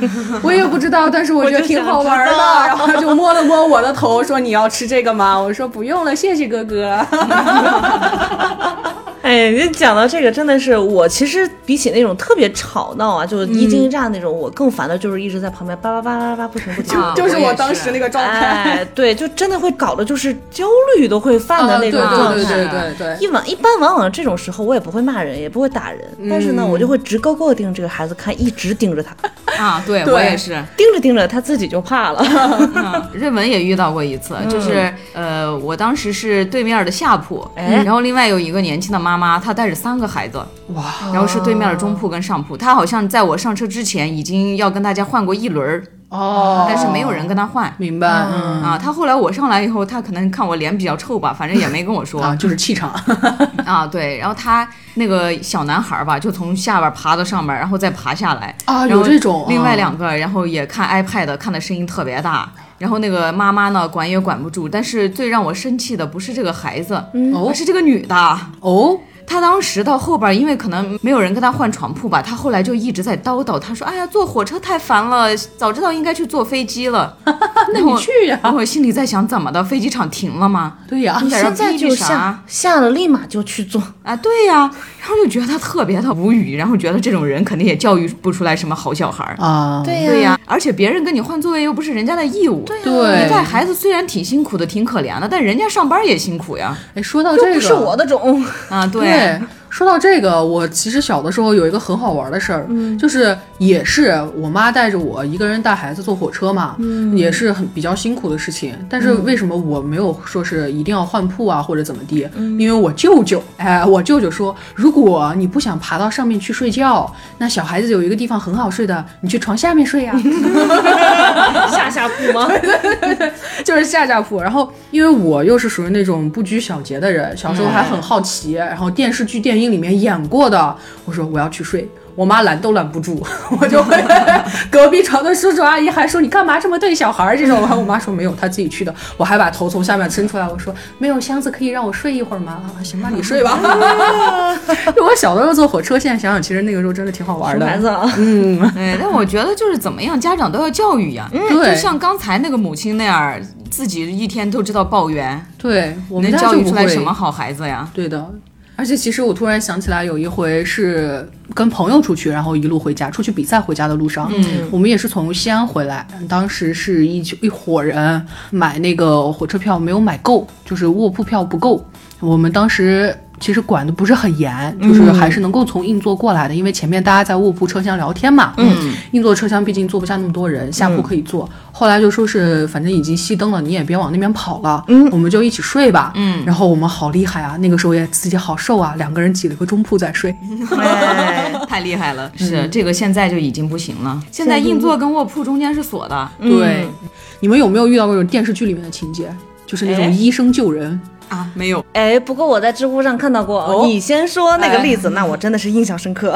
S4: 我也不知道，但是我觉得挺好玩
S2: 我
S4: 的。”
S2: 就想 知道
S4: 然后他就摸了摸我的头，说：“你要吃这个吗？”我说：“不用了，谢谢哥哥。
S2: 哎，你讲到这个，真的是我其实比起那种特别吵闹啊，就是一
S4: 嗯
S2: 惊一乍那种，我更烦的就是一直在旁边叭叭叭叭叭不停不停。
S3: 啊
S4: 就是
S3: 我也
S4: 我
S3: 是
S4: 当时那个状 态。
S2: 哎，对，就真的会搞得就是焦虑都会犯
S4: 啊
S2: 的那种
S4: 对对
S2: 状态。
S4: 对对对对。
S2: 一往一般往往这种时候，我也不会骂人，也不会打人，但是呢，我就
S4: 嗯
S2: 会直勾勾的盯着这个孩子看，一直盯着他，
S3: 啊，对
S4: 对
S3: 我也是。
S2: 盯着盯着他自己就怕了。
S3: 嗯，瑞文也遇到过一次，
S4: 嗯
S3: 就是呃，我当时是对面的下铺，
S2: 哎
S3: 然后另外有一个年轻的妈妈，她带着三个孩子，
S4: 哇，
S3: 然后是对面的中铺跟上铺，她好像在我上车之前已经要跟大家换过一轮儿，
S4: 哦，
S3: 但是没有人跟她换。
S4: 明白，嗯
S3: 啊，她后来我上来以后，她可能看我脸比较臭吧，反正也没跟我说
S4: 啊，就是气场。
S3: 啊。对，然后她那个小男孩儿吧，就从下边爬到上面，然后再爬下来
S4: 啊
S3: 然
S4: 有
S3: 后
S4: 这种
S3: 另外
S4: 啊
S3: 两个，然后也看 iPad，看的声音特别大。然后那个妈妈呢，管也管不住。但是最让我生气的不是这个孩子，
S4: 哦
S3: 而是这个女的。
S4: 哦，
S3: 她当时到后边，因为可能没有人跟她换床铺吧，她后来就一直在叨叨，她说：“哎呀，坐火车太烦了，早知道应该去坐飞机了。
S4: 那你去啊呀”
S3: 然后我心里在想，怎么的，飞机场停了吗？
S4: 对呀，
S3: 你在这
S2: 现在
S3: 逼逼
S2: 就
S3: 啥
S4: 啊
S2: 下下了，立马就去做。
S3: 啊？对呀、然后就觉得她特别的无语，然后觉得这种人肯定也教育不出来什么好小孩儿。
S4: 啊，
S2: 对
S3: 对呀、而且别人跟你换座位又不是人家的义务。对、
S4: 对
S3: 你带孩子虽然挺辛苦的，挺可怜的，但人家上班也辛苦呀。
S4: 哎，说到这个，
S2: 嗯不是我的 种，
S3: 啊，对，
S4: 对，说到这个，我其实小的时候有一个很好玩的事儿，
S2: 嗯
S4: 就是也是我妈带着我一个人带孩子坐火车嘛，
S2: 嗯
S4: 也是很比较辛苦的事情。但是为什么我没有说是一定要换铺啊或者怎么地？
S2: 嗯
S4: 因为我舅舅，哎，我舅舅说，如果你不想爬到上面去睡啊觉，那小孩子有一个地方很好睡的，你去床下面睡呀、
S2: 下下下铺 吗？
S4: 就是下下铺。然后因为我又是属于那种不拘小节的人，小时候还
S3: 嗯
S4: 很好奇，然后电视剧、电影里面演过的，我说我要去睡。我妈拦都拦不住， 我就 会隔壁床的叔叔阿姨还说你干嘛这么对小孩儿这种，然后我妈说没有，她自己去的，我还把头从下面伸出来，我说没有箱子可以让我睡一会儿吗？啊行吧，你睡 吧。 就我小的时候坐火车，现在想想其实那个时候真的挺好玩
S2: 熊
S4: 的。
S2: 孩子啊，
S3: 哎，但我觉得就是怎么样，家长都要教育呀、
S4: 嗯对
S3: 就像刚才那个母亲那样，自己一天都知道抱怨，
S4: 对，我们
S3: 能
S4: 家
S3: 教
S4: 就
S3: 育
S4: 不
S3: 出来
S4: 会
S3: 什么好孩子 呀？
S4: 对的，而且其实我突然想起来，有一回是跟朋友出去，然后一路回家，出去比赛回家的路上，
S3: 嗯，
S4: 我们也是从西安回来，当时是一群一伙人买那个火车票没有买够，就是卧铺票不够，我们当时。其实管的不是很严，就是还是能够从硬座过来的，因为前面大家在卧铺车厢聊天嘛，嗯，硬座车厢毕竟坐不下那么多人，下铺可以坐。后来就说是反正已经熄灯了，你也别往那边跑了，嗯，我们就一起睡吧，嗯。然后我们好厉害啊，那个时候也自己好瘦啊，两个人挤了个中铺在睡，
S2: 哎，
S3: 太厉害
S4: 嗯
S3: 了，是、这个现在就已经不行了。现在硬座跟卧铺中间是锁的，
S4: 对，你们有没有遇到过那种电视剧里面的情节，就是那
S2: 哎
S4: 种医生救人？
S3: 啊，没有，
S2: 哎，不过我在知乎上看到过，
S3: 哦
S2: 你先说那个例子，那我真的是印象深刻。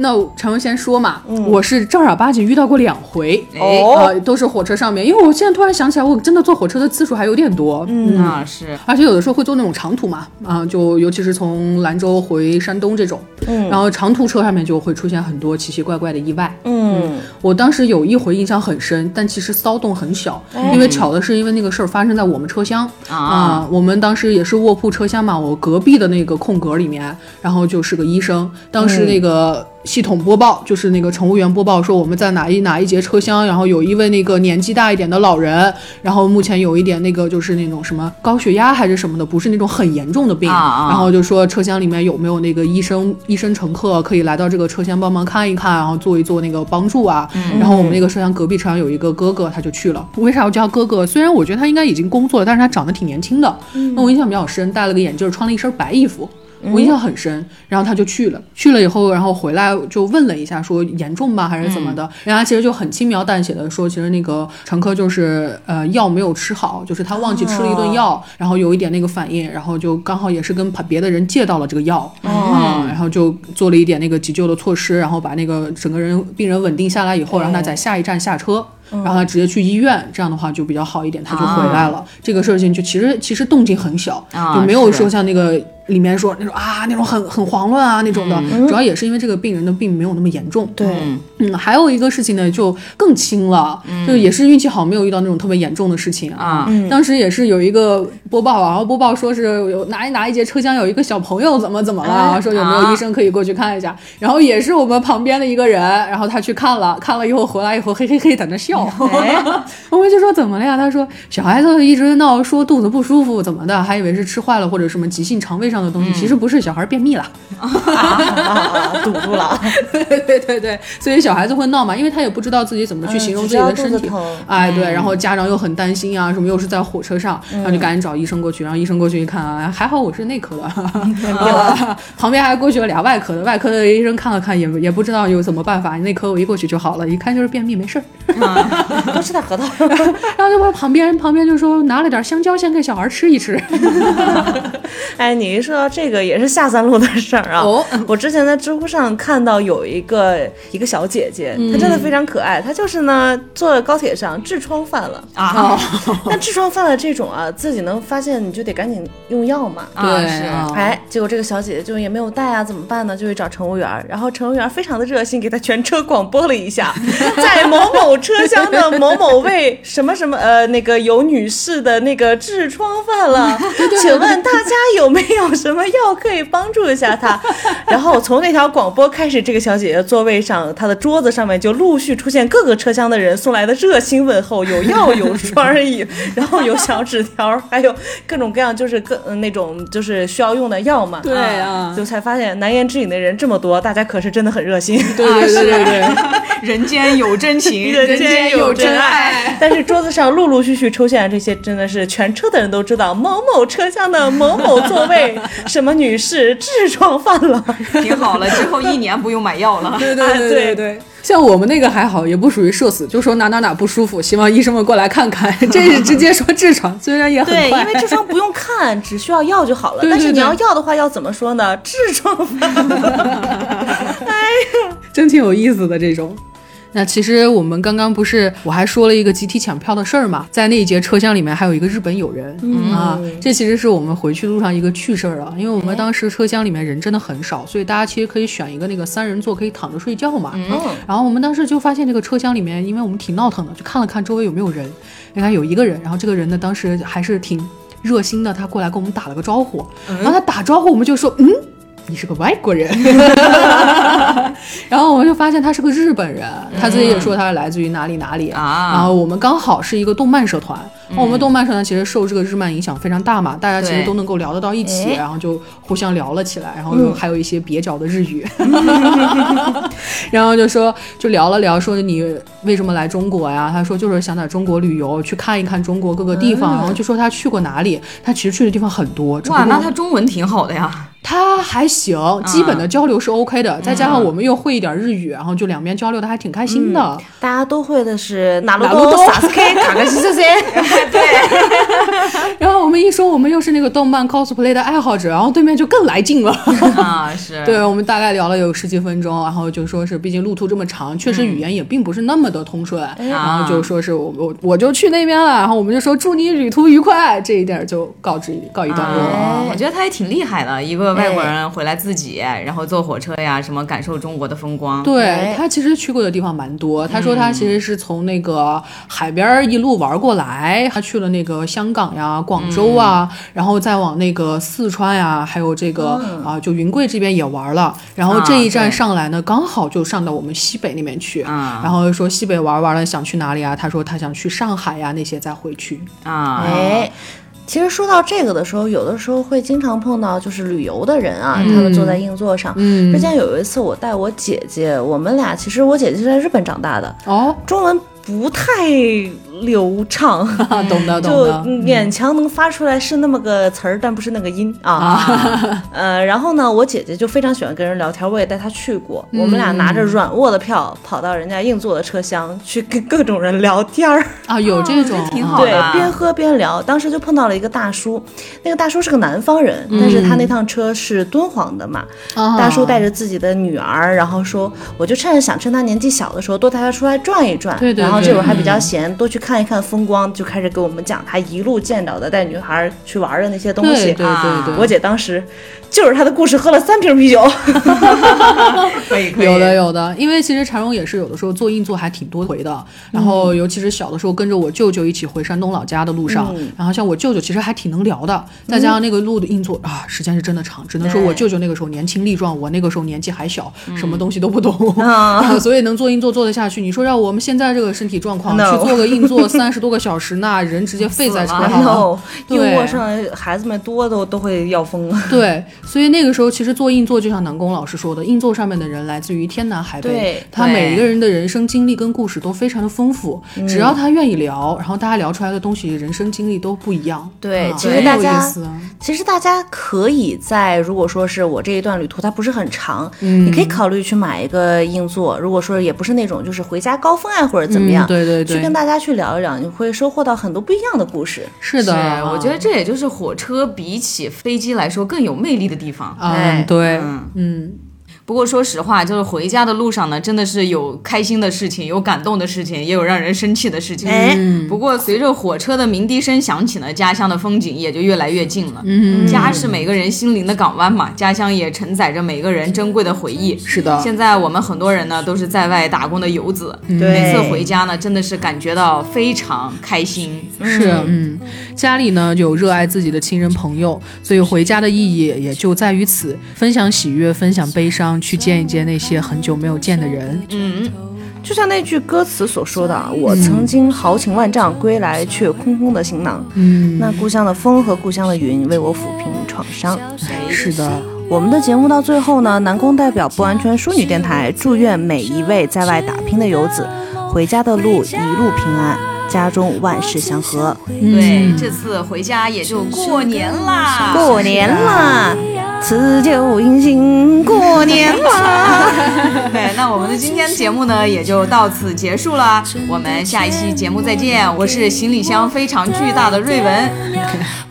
S4: 那常文先说嘛，我是正儿八经遇到过两回。
S3: 哎，
S2: 哦
S4: 呃，都是火车上面，因为我现在突然想起来，我真的坐火车的次数还有点多，嗯，
S3: 那啊是
S4: 而且有的时候会坐那种长途嘛，啊、就尤其是从兰州回山东这种，嗯，然后长途车上面就会出现很多奇奇怪怪的意外，
S2: 嗯，
S4: 我当时有一回印象很深，但其实骚动很小，因为巧的是，因为那个事儿发生在我们车厢
S3: 哎啊
S4: 我们当时也是卧铺车厢嘛，我隔壁的那个空格里面，然后就是个医生，当时那个系统播报、就是那个乘务员播报说我们在哪一哪一节车厢，然后有一位那个年纪大一点的老人，然后目前有一点那个就是那种什么高血压还是什么的，不是那种很严重的病，
S3: 啊啊
S4: 然后就说车厢里面有没有那个医生医生乘客可以来到这个车厢帮忙看一看，然后做一做那个帮助啊。然后我们那个车厢隔壁车厢有一个哥哥，他就去了。为啥要叫哥哥？虽然我觉得他应该已经工作了，但是他长得挺年轻的，那我印象比较深，戴了个眼镜，穿了一身白衣服。我印象很深，然后他就去了，去了以后，然后回来就问了一下，说严重吗还是怎么
S3: 嗯
S4: 的？人家其实就很轻描淡写的说，其实那个乘客就是呃药没有吃好，就是他忘记吃了一
S3: 哦
S4: 顿药，然后有一点那个反应，然后就刚好也是跟别的人借到了这个药，
S3: 哦
S4: 嗯，然后就做了一点那个急救的措施，然后把那个整个人病人稳定下来以后，让
S3: 哦
S4: 他在下一站下车。
S3: 嗯
S4: 然后他直接去医院，这样的话就比较好一点，他就回来了。这个事情就其实其实动静很小，
S3: 啊
S4: 就没有
S3: 是
S4: 说像那个里面说那种啊那种很很慌乱啊那种的，主要也是因为这个病人的病没有那么严重。
S2: 对，
S4: 嗯，还有一个事情呢，就更轻了，就也是运气好，没有遇到那种特别严重的事情
S3: 啊
S4: 当时也是有一个播报啊，然后播报说是有哪一哪一节车厢有一个小朋友怎么怎么了，说有没有医生可以过去看一下。然后也是我们旁边的一个人，然后他去看了，看了以后回来以后嘿嘿嘿在那笑， 我们就说怎么了呀？他说小孩子一直闹说肚子不舒服怎么的，还以为是吃坏了或者什么急性肠胃上的东西，其实不是，小孩便秘了。
S2: 啊，堵住了，
S4: 对对对对，所以小孩子会闹嘛，因为他也不知道自己怎么去形
S2: 嗯
S4: 容
S2: 只
S4: 自己
S2: 知道
S4: 的身
S2: 肚子
S4: 体
S2: 疼。嗯
S4: 哎，对，然后家长又很担心啊，什么又是在火车上，然后就赶紧找医生过去，然后医生过去一看啊，还好我是内科的， 啊旁边还过去了俩外科的，外科的医生看了看也也不知道有什么办法，内科我一过去就好了，一看就是便秘，没事儿。
S2: 多吃点核桃。
S4: 然后就往旁边旁边就说拿了点香蕉先给小孩 吃 啊一吃。
S2: 哎，你一说到这个也是下三路的事儿啊。
S4: 哦
S2: 我之前在知乎上看到有一个一个小姐姐，她真的非常可爱，她就是呢坐高铁上痔疮犯了。
S3: 啊，
S4: 哦
S2: 但痔疮犯了这种啊，自己能发现你就得赶紧用药嘛。
S3: 啊
S4: 对
S3: 是
S4: 啊
S2: 哎，结果这个小姐姐就也没有带啊，怎么办呢？就去找乘务员儿，然后乘务员儿非常的热心，给她全车广播了一下， 在某某车厢的某某位什么什么呃那个有女士的那个痔疮犯了，请问大家有没有什么药可以帮助一下她？ 然后从那条广播开始，这个小姐姐座位上，她的桌子上面就陆续出现各个车厢的人送来的热心问候，有药有栓儿，有 然后有小纸条儿，还有各种各样就是各、呃那种就是需要用的药嘛。
S4: 对啊
S2: 就才发现难言之隐的人这么多，大家可是真的很热心。
S4: 对对对对对。
S3: 人间有真 情，
S2: 人间有真爱
S3: 爱。
S2: 但是桌子上陆陆续续出现了这些，真的是全车的人都知道某某车厢的某某座位什么女士痔疮犯了。
S3: 挺好 了，之后一年不用买药了。
S4: 对对啊对对对，像我们那个还好，也不属于社死，就说哪哪哪不舒服，希望医生们过来看 看。这是直接说痔疮，虽然也很
S2: 对，
S4: 快
S2: 因为痔疮不用看，只需要药就好了。
S4: 对对
S2: 但是你
S4: 对
S2: 要药的话，要怎么说呢？痔疮犯
S4: 真挺有意思的这种。那其实我们刚刚不是我还说了一个集体抢票的事儿嘛，在那一节车厢里面还有一个日本友人、啊，这其实是我们回去路上一个趣事儿啊，因为我们当时车厢里面人真的很少，所以大家其实可以选一个那个三人座可以躺着睡觉嘛。然后我们当时就发现这个车厢里面，因为我们挺闹腾的，就看了看周围有没有人，你看有一个人，然后这个人呢当时还是挺热心的，他过来跟我们打了个招呼，
S3: 嗯
S4: 然后他打招呼我们就说嗯。你是个外国 人， 然后我们就发现他是个日本人，他自己也说他是来自于哪里哪里
S3: 嗯啊嗯
S4: 然后我们刚好是一个动漫社团，哦我们动漫社团其实受这个日漫影响非常大嘛，大家其实
S3: 对
S4: 都能够聊得到一起，
S2: 哎
S4: 然后就互相聊了起来，然后
S3: 嗯
S4: 又还有一些蹩脚的日语， 然后就说就聊了聊，说你为什么来中国呀？他说就是想在中国旅游，去看一看中国各个地方，然后就说他去过哪里，他其实去的地方很多，只不
S3: 嗯哇，那
S4: 过
S3: 他中文挺好的呀。
S4: 他还行，基本的交流是 OK
S3: 嗯
S4: 的，再加上我们又会一点日语，然后就两边交流的还挺开心的。
S3: 嗯
S2: 大家都会的是哪路
S4: 哪路
S2: 都
S4: 都
S2: 萨斯 K 卡卡西这些。
S4: 然后我们一说我们又是那个动漫 cosplay 的爱好者，然后对面就更来劲了。
S3: 啊，是。
S4: 对我们大概聊了有十几分钟，然后就说是，毕竟路途这么长，确实语言也并不是那么的通顺，然后就说是我我我就去那边了，然后我们就说祝你旅途愉快，这一点就告知告一段落
S3: 啊
S4: 啊。，
S3: 我觉得他也挺厉害的，一个外国人回来自己，然后坐火车呀，什么感受中国的风光。
S4: 对
S2: 哎
S4: 他其实去过的地方蛮多，他说他其实是从那个海边儿一路玩过来，他去了那个香港呀、
S2: 嗯
S4: 广州啊，然后再往那个四川呀，还有这个、
S2: 嗯
S4: 啊就云贵这边也玩了，然后这一
S3: 啊
S4: 站
S3: 对
S4: 上来呢，刚好就上到我们西北那边去，
S3: 啊
S4: 然后说西北玩完了想去哪里啊？他说他想去上海呀那些再回去，
S3: 啊，
S2: 哎，其实说到这个的时候，有的时候会经常碰到就是旅游的人啊，他们坐在硬座上。
S4: 嗯
S2: 之前有一次我带我姐姐，我们俩其实我姐姐是在日本长大的，
S4: 哦，
S2: 中文不太流畅。
S4: 啊懂得懂
S2: 就
S4: 得，
S2: 勉强能发出来是那么个词儿，但不是那个音啊。 呃，然后呢，我姐姐就非常喜欢跟人聊天，我也带她去过。我们俩拿着软卧的票，跑到人家硬座的车厢去跟各种人聊天儿，
S4: 啊有这种
S3: 挺
S4: 啊
S3: 好
S2: 对
S3: 的，
S2: 边喝边聊。当时就碰到了一个大叔，那个大叔是个南方人，但是他那趟车是敦煌的嘛。
S4: 啊
S2: 大叔带着自己的女儿，然后说，我就趁着想趁她年纪小的时候多带她出来转一转，
S4: 对对
S2: 然后
S4: 对
S2: 这会儿还比较闲，多去看一看风光，就开始给我们讲他一路见着的带女孩去玩的那些东
S4: 对
S2: 西。
S4: 对对
S3: 啊
S4: 对，
S2: 我姐当时就是他的故事，喝了三瓶啤 酒。
S3: 可以可以。
S4: 有的有的，因为其实缠荣也是有的时候坐硬座还挺多回
S3: 嗯
S4: 的，然后尤其是小的时候跟着我舅舅一起回山东老家的路上，
S3: 嗯
S4: 然后像我舅舅其实还挺能聊的，再加上那个路的硬座啊，时间是真的长，只能说我舅舅那个时候年轻力壮，我那个时候年纪还小，
S3: 嗯
S4: 什么东西都不懂，啊 所以能坐硬座坐得下去。你说让我们现在这个身体状况
S2: No
S4: 去坐个硬座三十多个小时，那人直接废在车
S3: 死
S4: 上
S2: 然
S4: 了。
S2: 后
S4: 对
S2: 硬卧上孩子们多都都会要疯啊了。
S4: 对，所以那个时候其实做硬座，就像南宫老师说的，硬座上面的人来自于天南海北
S2: 对，
S4: 他
S3: 对
S4: 每一个人的人生经历跟故事都非常的丰富，
S2: 嗯
S4: 只要他愿意聊，然后大家聊出来的东西，人生经历都不一样。
S2: 对
S4: 啊
S2: 其
S3: 实
S4: 很
S2: 大
S4: 有
S2: 家
S4: 意思啊
S2: 其实大家可以在如果说是我这一段旅途它不是很长，
S4: 嗯
S2: 你可以考虑去买一个硬座。如果说也不是那种就是回家高峰啊或者怎么样，
S4: 嗯对对对
S2: 去跟大家去聊一聊，你会收获到很多不一样的故事。
S4: 是
S3: 是
S4: 的，嗯
S3: 我觉得这也就是火车比起飞机来说更有魅力的地方。
S4: 啊
S2: 哎，
S4: 对，
S3: 嗯
S4: 嗯。
S3: 不过说实话，就是回家的路上呢，真的是有开心的事情，有感动的事情，也有让人生气的事情。
S2: 哎
S3: 不过随着火车的鸣笛声响起呢，家乡的风景也就越来越近了。嗯，家是每个人心灵的港湾嘛，家乡也承载着每个人珍贵的回忆。
S4: 是的
S3: 现在我们很多人呢都是在外打工的游子，
S2: 嗯对
S3: 每次回家呢，真的是感觉到非常开心。
S4: 是，嗯，家里呢有热爱自己的亲人朋友，所以回家的意义也就在于此，分享喜悦，分享悲伤，去见一见那些很久没有见的人。
S3: 嗯，
S2: 就像那句歌词所说的，啊我
S4: 嗯
S2: 曾经豪情万丈归来，却空空的行囊。
S4: 嗯，
S2: 那故乡的风和故乡的云为我抚平创伤。
S4: 是的，
S2: 我们的节目到最后呢，南宫代表不完全淑女电台祝愿每一位在外打拼的游子，回家的路一路平安。家中万事祥和。
S3: 对，这次回家也就过年啦。
S2: 嗯过年啦，辞旧迎新，过年啦！
S3: 对，那我们的今天节目呢，也就到此结束了。我们下一期节目再见。我是行李箱非常巨大的瑞文，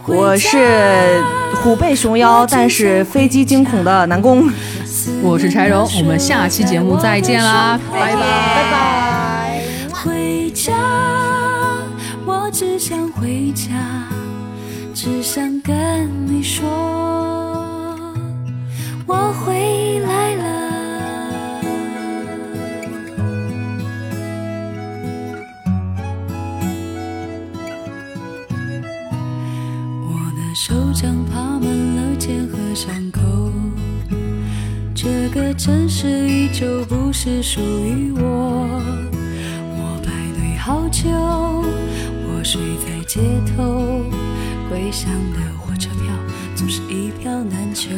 S2: 我是虎背熊腰，但是飞机惊恐的南宫。
S4: 我是柴荣，我们下期节目再见啦，拜拜。
S3: 拜拜。
S5: 回家，我只想回家，只想跟你说，我回来了。我的手掌爬满了茧和伤口，这个城市依旧不是属于我。我排队好久，我睡在街头，归乡的火车票总是一票难求。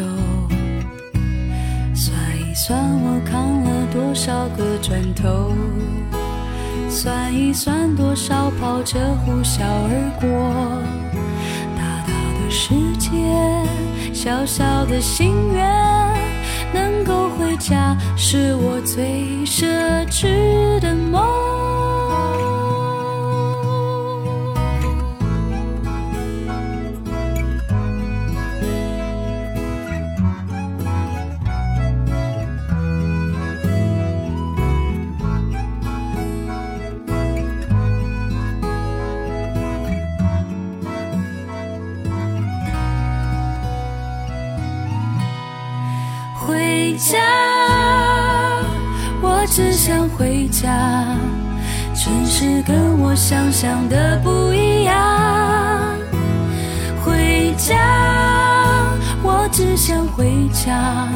S5: 算一算我扛了多少个砖头，算一算多少跑车呼啸而过。大大的世界，小小的心愿。能够回家是我最奢侈的梦。回家，我只想回家。城市跟我想象的不一样。回家，我只想回家。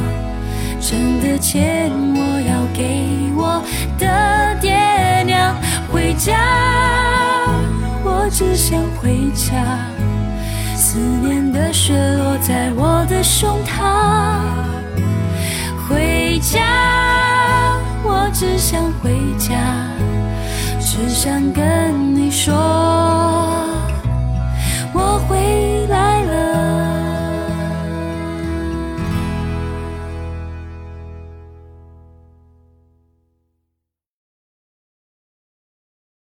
S5: 挣的钱我要给我的爹娘。回家，我只想回家。思念的雪落在我的胸膛。回家，我只想回家，只想跟你说，我回。